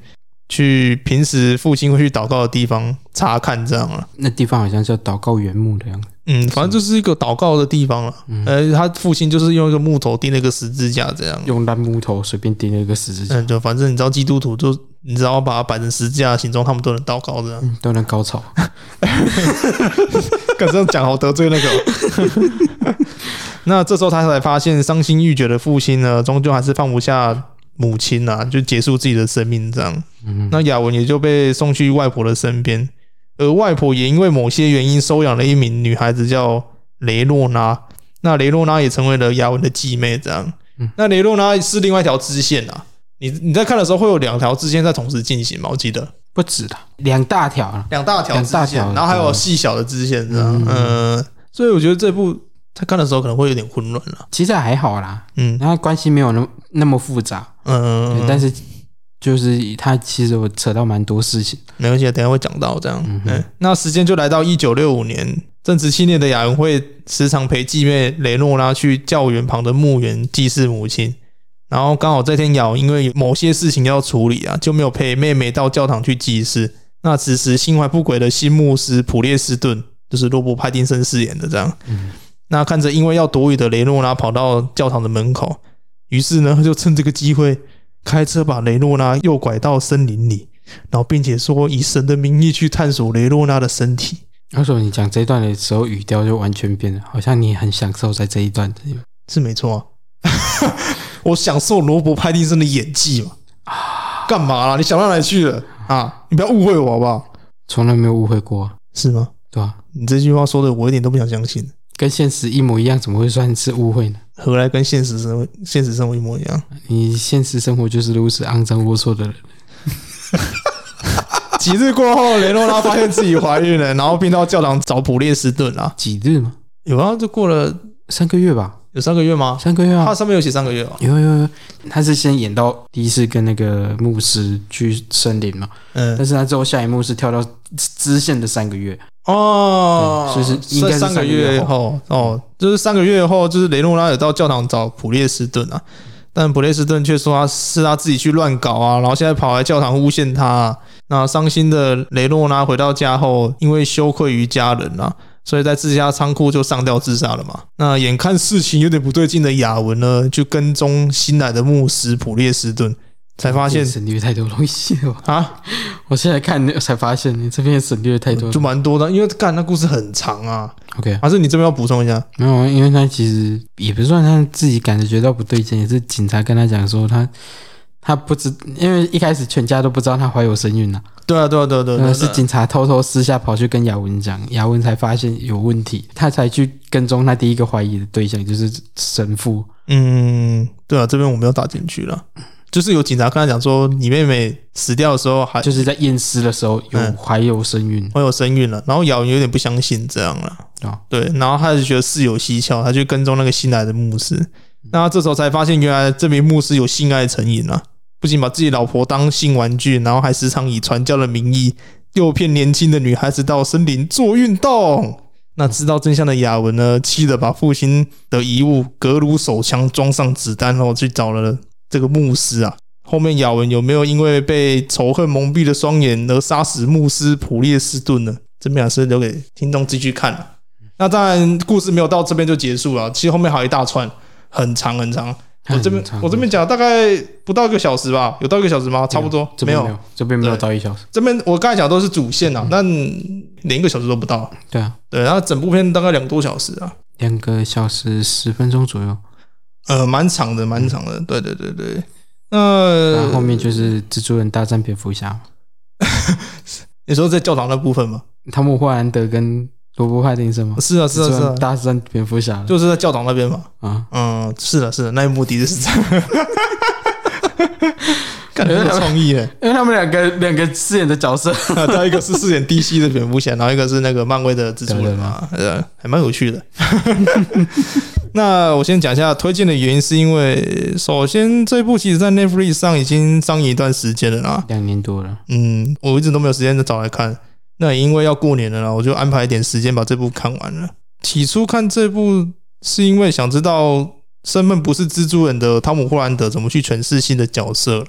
B: 去平时父亲会去祷告的地方查看这样了。
C: 那地方好像叫祷告原木的样子。
B: 嗯，反正就是一个祷告的地方了。呃，他父亲就是用一个木头钉了一个十字架这样。
C: 用烂木头随便钉了一个十字架，
B: 嗯，就反正你知道基督徒就你知道把它摆成十字架的形状，他们都能祷告这样。
C: 都能高潮。
B: 敢这样讲，好得罪那个哦。 那这时候他才发现，伤心欲绝的父亲呢，终究还是放不下母亲啊，就结束自己的生命这样。
C: 嗯，
B: 那雅文也就被送去外婆的身边，而外婆也因为某些原因收养了一名女孩子叫雷诺拉。那雷诺拉也成为了雅文的继妹，这样
C: 嗯。
B: 那雷诺拉是另外一条支线啊。你你在看的时候会有两条支线在同时进行嘛？我记得
C: 不止了，两大条了。
B: 两大条支
C: 两大
B: 线
C: 条，
B: 然后还有
C: 对啊
B: 细小的支线，这样。
C: 嗯
B: 嗯，所以我觉得这部在看的时候可能会有点混乱了。
C: 其实还好啦，
B: 嗯
C: 然后关系没有那么那么复杂，对
B: 嗯，
C: 但是就是他其实我扯到蛮多事情。
B: 没关系，等一下会讲到这样。
C: 嗯
B: 嗯
C: 哼
B: 那时间就来到一九六五年，正值青年的亚运会时常陪继妹雷诺拉去教园旁的墓园祭祀母亲。然后刚好这天雅因为有某些事情要处理啊，就没有陪妹妹到教堂去祭祀。那此时心怀不轨的新牧师普列斯顿，就是罗伯·派丁森饰演的这样。
C: 嗯
B: 那看着因为要躲雨的雷诺拉跑到教堂的门口，于是呢就趁这个机会开车把雷诺拉诱拐到森林里。然后并且说以神的名义去探索雷诺拉的身体。
C: 为什么你讲这一段的时候语调就完全变了？好像你很享受在这一段
B: 是没错啊。 我享受罗伯·派丁森的演技嘛？干嘛啦？你想到哪里去了啊？你不要误会我好不好？啊
C: 从来没有误会过，
B: 是吗？
C: 对吧、
B: 你这句话说的我一点都不想相信，
C: 跟现实一模一样，怎么会算是误会呢？
B: 何来跟现实生活现实生活一模一 样？
C: 你现实生活就是如此肮脏龌龊的人，
B: 几日过后，雷诺拉发现自己怀孕 了，然后并到教堂找普列斯顿啊。
C: 几日嘛，
B: 有啊，就过了
C: 三个月吧，
B: 有三个月吗？
C: 三个月啊
B: 它，上面有写三个月哦。
C: 有有有，他是先演到第一次跟那个牧师去森林嘛，
B: 嗯，
C: 但是他之后下一幕是跳到支线的三个月，
B: 哦，
C: 对就是应该是
B: 三个
C: 三个月
B: 月后哦，就是三个月后，就是雷诺拉有到教堂找普列斯顿啊，但普列斯顿却说他是他自己去乱搞啊，然后现在跑来教堂诬陷他、啊。那伤心的雷诺拉回到家后，因为羞愧于家人啊，所以在自家仓库就上吊自杀了嘛。那眼看事情有点不对劲的雅文呢，就跟踪新来的牧师普列斯顿，才发现
C: 省略太多东西了吧。
B: 啊，
C: 我现在看你才发现，你这边省略太多
B: 就。蛮多的，因为干那故事很长啊。
C: OK，
B: 还是你这边要补充一下？
C: 没有，因为他其实也不算他自己感觉到不对劲，也是警察跟他讲说他他不知，因为一开始全家都不知道他怀有身孕呐、
B: 对啊，对啊，对啊，对啊，对啊
C: 呃，是警察偷偷私下跑去跟雅文讲，雅文才发现有问题，他才去跟踪他第一个怀疑的对象就是神父。
B: 嗯，对啊，这边我没有打进去了。就是有警察跟他讲说，你妹妹死掉的时候还
C: 就是在验尸的时候有
B: 嗯
C: 怀有身孕
B: 怀有身孕了，然后姚有点不相信这样了。
C: 啊，
B: 对，然后他就觉得事有蹊跷，他去跟踪那个新来的牧师。那他这时候才发现，原来这名牧师有性爱成瘾啊，不仅把自己老婆当性玩具，然后还时常以传教的名义诱骗年轻的女孩子到森林做运动。那知道真相的雅文呢，气得把父亲的遗物格鲁手枪装上子弹，然后去找了这个牧师啊。后面雅文有没有因为被仇恨蒙蔽了双眼而杀死牧师普列斯顿呢？这边还是留给听众自己去看了、那当然，故事没有到这边就结束了，其实后面还有一大串，很长很长。我这边
C: 很长
B: 我这边讲大概不到一个小时吧，有到一个小时吗？差不多，
C: 嗯这
B: 没
C: 边
B: 有
C: 没。有，这边没有
B: 对
C: 到一小时。
B: 这边我刚才讲都是主线啊，但连一个小时都不到。
C: 对啊，
B: 对，然后整部片大概两个多小时啊，
C: 两个小时十分钟左右，
B: 呃，蛮长的，蛮长的。对对对对，那、
C: 嗯
B: 呃
C: 然后后面就是蜘蛛人大战蝙蝠侠，
B: 你说在教堂那部分吗？
C: 汤姆·霍兰德跟罗伯·派丁森吗？
B: 是啊，是啊，
C: 蜘蛛
B: 是啊
C: 人，大战蝙蝠侠了
B: 就是在教堂那边嘛。
C: 啊，
B: 嗯，是的，是的，那一幕的确是这样。感觉有创意耶！
C: 因为他们两个两个饰演的角色，
B: 他一个是饰演 DC 的蝙蝠侠，然后一个是那个漫威的蜘蛛人嘛，呃，还蛮有趣的。 那我先讲一下推荐的原因，是因为首先这部其实在 Netflix 上已经上映一段时间了啦，
C: 两年多了，
B: 嗯，我一直都没有时间再找来看。那也因为要过年了啦，我就安排一点时间把这部看完了。起初看这部是因为想知道身份不是蜘蛛人的汤姆·霍兰德怎么去诠释新的角色了，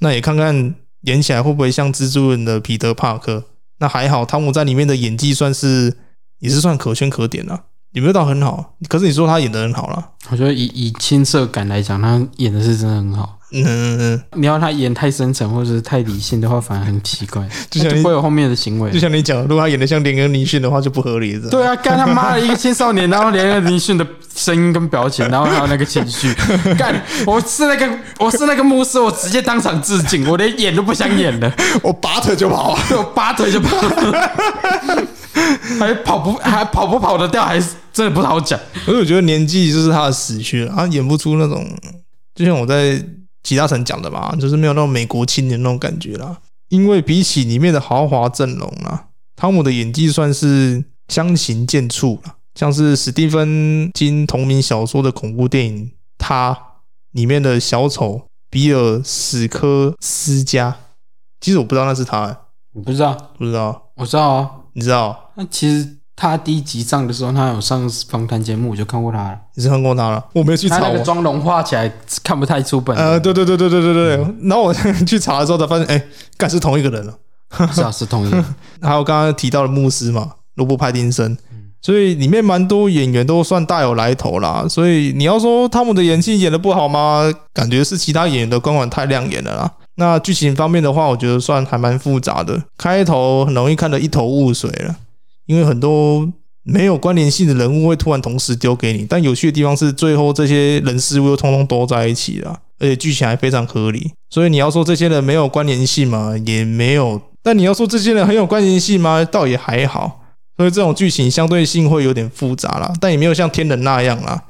B: 那也看看演起来会不会像蜘蛛人的彼得·帕克。那还好，汤姆在里面的演技算是也是算可圈可点啦，也没有到很好，可是你说他演的很好啦，
C: 我觉得以以青涩感来讲，他演的是真的很好。
B: 嗯，
C: 你要他演太深沉或者是太理性的话，反而很奇怪，
B: 就
C: 他
B: 像
C: 就
B: 你
C: 不会有后面的行为
B: 就。像你讲，如果他演的像连恩·尼逊的话就不合理了。
C: 对啊，干他妈的一个青少年，然后连 个林迅的声音跟表情，然后还有那个情 绪，干！我是那个我是那个牧师，我直接当场致敬，我连演都不想演 了，
B: 我拔腿就跑啊！
C: 我拔腿就跑， 还跑不还跑不跑得掉，还是真的不好讲。
B: 可是我觉得年纪就是他的死穴，他演不出那种，就像我在其他城讲的吧，就是没有那种美国青年那种感觉啦。因为比起里面的豪华阵容啦，汤姆的演技算是相形见绌啦。像是史蒂芬金同名小说的恐怖电影《他》里面的小丑比尔·史科斯加，其实我不知道那是他、欸，
C: 我不知道，
B: 不知道，
C: 我知道啊。
B: 你知道？
C: 那其实他第一集上的时候，他有上访谈节目，我就看过他了。
B: 你是看过他了？我没有去
C: 他
B: 查
C: 那
B: 我
C: 个妆容画起来看不太出本
B: 呃，
C: 人，
B: 对对对对对对对。然后我 去查的时候才发现，哎、干是同一个人了。
C: 是啊，是同一个。
B: 还有刚刚提到的牧师嘛，罗伯·派丁森，所以里面蛮多演员都算大有来头啦。所以你要说汤姆的演技演的不好吗？感觉是其他演员的光环太亮眼了啦。那剧情方面的话，我觉得算还蛮复杂的，开头很容易看得一头雾水了，因为很多。没有关联性的人物会突然同时丢给你，但有趣的地方是最后这些人事物又通通都在一起了，而且剧情还非常合理。所以你要说这些人没有关联性嘛，也没有；但你要说这些人很有关联性吗，倒也还好。所以这种剧情相对性会有点复杂啦，但也没有像天人那样啦。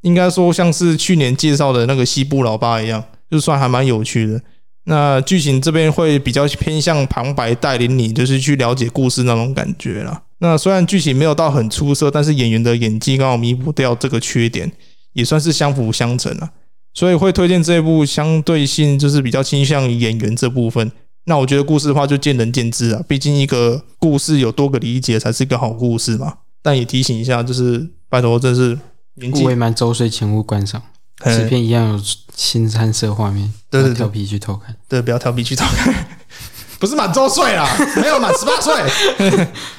B: 应该说像是去年介绍的那个西部老爸一样，就算还蛮有趣的。那剧情这边会比较偏向旁白带领你，就是去了解故事那种感觉啦。那虽然剧情没有到很出色，但是演员的演技刚好弥补掉这个缺点，也算是相辅相成啊。所以会推荐这一部，相对性就是比较倾向于演员这部分。那我觉得故事的话就见仁见智啊，毕竟一个故事有多个理解才是一个好故事嘛。但也提醒一下，就是拜托，真是年纪
C: 未满周岁请勿观赏，
B: 很
C: 此片一样有新三色画面，
B: 呃对对对
C: 要调皮去偷看。
B: 对，不要调皮去偷看， 不是满周岁啦，啊 没有满十八岁，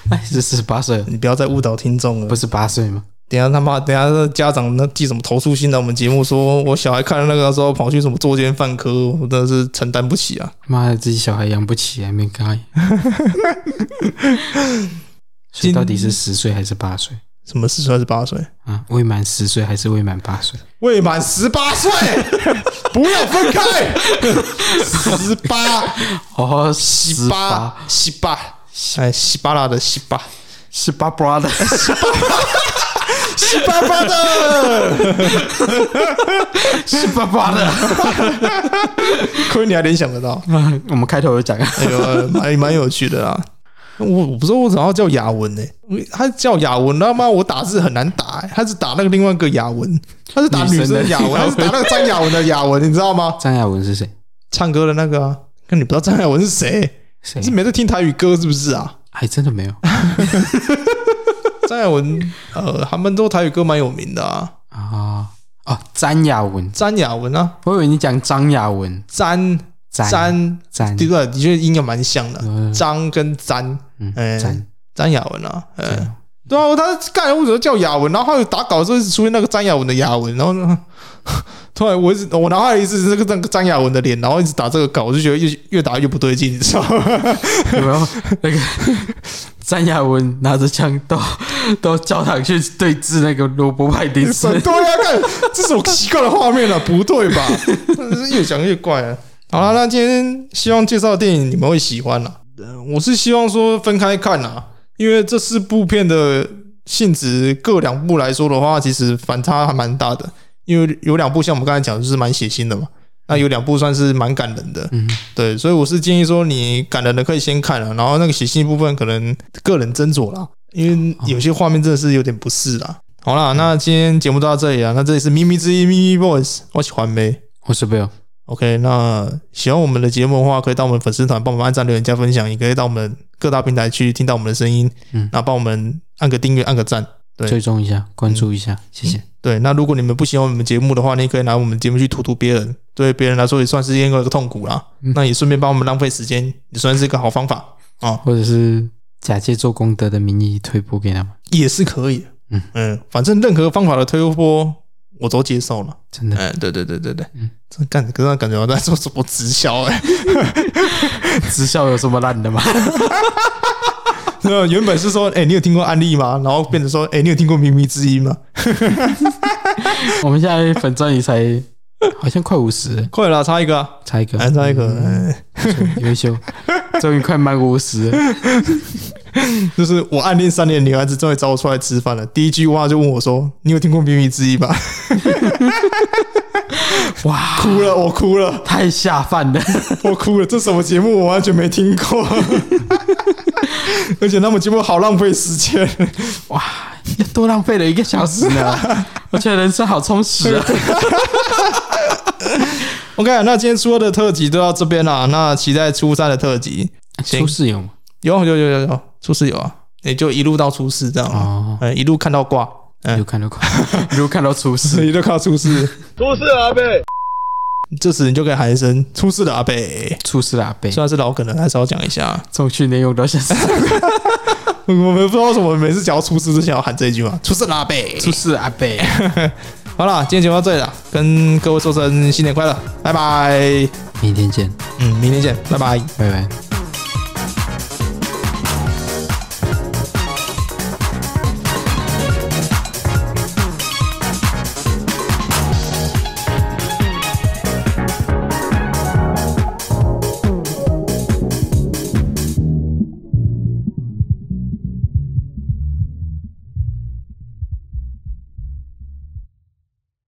C: 哎，是十八岁了，
B: 你不要再误导听众
C: 不
B: 了。
C: 是八岁吗？
B: 等一下他妈，等一下家长那寄什么投诉信来我们节目说，我小孩看了那个时候跑去什么作奸犯科，我真的是承担不起啊。
C: 妈的，自己小孩养不起，还没开。 所
B: 今
C: 以到底是十岁还是八岁
B: 什么十岁还是八岁？
C: 啊？未满十岁还是未满八岁？
B: 未满十八岁，不要分 开。十八，
C: 哦，
B: 十
C: 十
B: 八
C: 八，，
B: 十八，哎，西巴拉的西巴，
C: 十八 brother，
B: 西巴巴 的，
C: 十八 brother。
B: 亏你还联想得到。
C: 啊我们开头 有讲啊，
B: 哎呦，蛮蛮有趣的啊啦。我我不知道我怎么要叫雅文呢、他叫雅文，他妈我打字很难打、欸，他是打那个另外一个雅文，他是打女生的雅文，他是打那个张雅文的雅文，你知道吗？
C: 张亚文是谁？
B: 唱歌的那个啊，那你不知道张雅文是谁？
C: 谁
B: 是没在听台语歌是不是啊？
C: 还哎真的没有
B: 张雅文，呃，他们都台语歌蛮有名的啊，
C: 啊哦，詹雅文，
B: 詹雅文啊，
C: 我以为你讲张雅文，
B: 詹
C: 詹
B: 詹，
C: 詹
B: 对对，的确音调蛮像的，
C: 嗯
B: 张跟詹，
C: 嗯
B: 哎
C: 詹，
B: 詹雅文啊，
C: 对
B: 嗯，对啊，他干为什么叫雅文？然后他有打稿的时候一直出现那个张雅文的雅文，然后呢，突然我一直我脑海里一直是那个那个张雅文的脸，然后一直打这个稿，我就觉得越越打越不对劲，你知道吗？
C: 有没有那个 詹雅文拿着枪到到教堂去对峙那个罗伯派丁森？
B: 对啊，看这种奇怪的画面啊，不对吧？ 真是越想越怪啊。好了，那今天希望介绍的电影你们会喜欢啦、呃我是希望说分开看啦、因为这四部片的性质各两部来说的话，其实反差还蛮大的。因为有两部像我们刚才讲，就是蛮血腥的嘛。那有两部算是蛮感人的，
C: 嗯，
B: 对，所以我是建议说，你感人的可以先看啊了、然后那个写信部分可能个人斟酌啦，因为有些画面真的是有点不适啊。好
C: 嗯
B: 啦，那今天节目就到这里啊了。那这里是咪咪之音咪咪 boys，我喜欢没
C: 我是 Bill，
B: ？OK，那喜欢我们的节目的话，可以到我们粉丝团帮我们按赞、留言、加分享，也可以到我们各大平台去听到我们的声音，
C: 嗯
B: 那帮我们按个订阅、按个赞。对
C: 追踪一下，关注一下，谢谢。
B: 对，那如果你们不喜欢我们节目的话，你也可以拿我们节目去荼毒别人，对别人来说也算是另外一个痛苦啦。
C: 嗯
B: 那也顺便帮我们浪费时间，也算是一个好方法啊。
C: 或者是假借做功德的名义推播给他们，
B: 也是可以。
C: 嗯
B: 反正任何方法的推波我都接受了。
C: 真的。
B: 嗯，对对对对对
C: 嗯，
B: 这干可是感觉我在做什么直销哎、
C: 直销有什么烂的吗？
B: 那原本是说，哎、你有听过安利吗？然后变成说，哎、你有听过靡靡之音吗？
C: 我们现在粉钻也才好像快五十，
B: 快了，差一个、啊，
C: 差一个，
B: 来差一个，
C: 嗯
B: 哎
C: 不错优 秀，终于快满五十了。
B: 就是我暗恋三年的女孩子终于找我出来吃饭了。第一句话就问我说，你有听过靡靡之音吗？
C: 哇，
B: 哭了，我哭了，
C: 太下饭了，
B: 我哭了，这什么节目我完全没听过， 而且他们节目好浪费时间。
C: 多浪费了一个小时 呢。我觉得人生好充实 啊。
B: OK，那今天初二的特辑就到这边啦。那期待初三的特辑，行
C: 出室友吗？
B: 有有有有有，初四有啊，也就一路到初四这样，嗯、
C: 哦，
B: 一路看到挂，嗯
C: 有看到 快，有看到出
B: 是
C: 室。
B: 一路看到 初四，
A: 出事了，阿贝。
B: 这时你就可以喊一声“初四的阿贝
C: 出事了阿”，贝
B: 虽，然是老梗了，还是要讲一下。
C: 从去年用到现在，
B: 我们不知道为什么每次讲到初四之前要喊这一句嘛，“初四的阿贝
C: 出事了阿贝，”。
B: 好啦，今天节目到这里了，跟各位说声新年快乐，拜拜。
C: 明天见，
B: 嗯，明天见，拜拜。
C: 拜拜。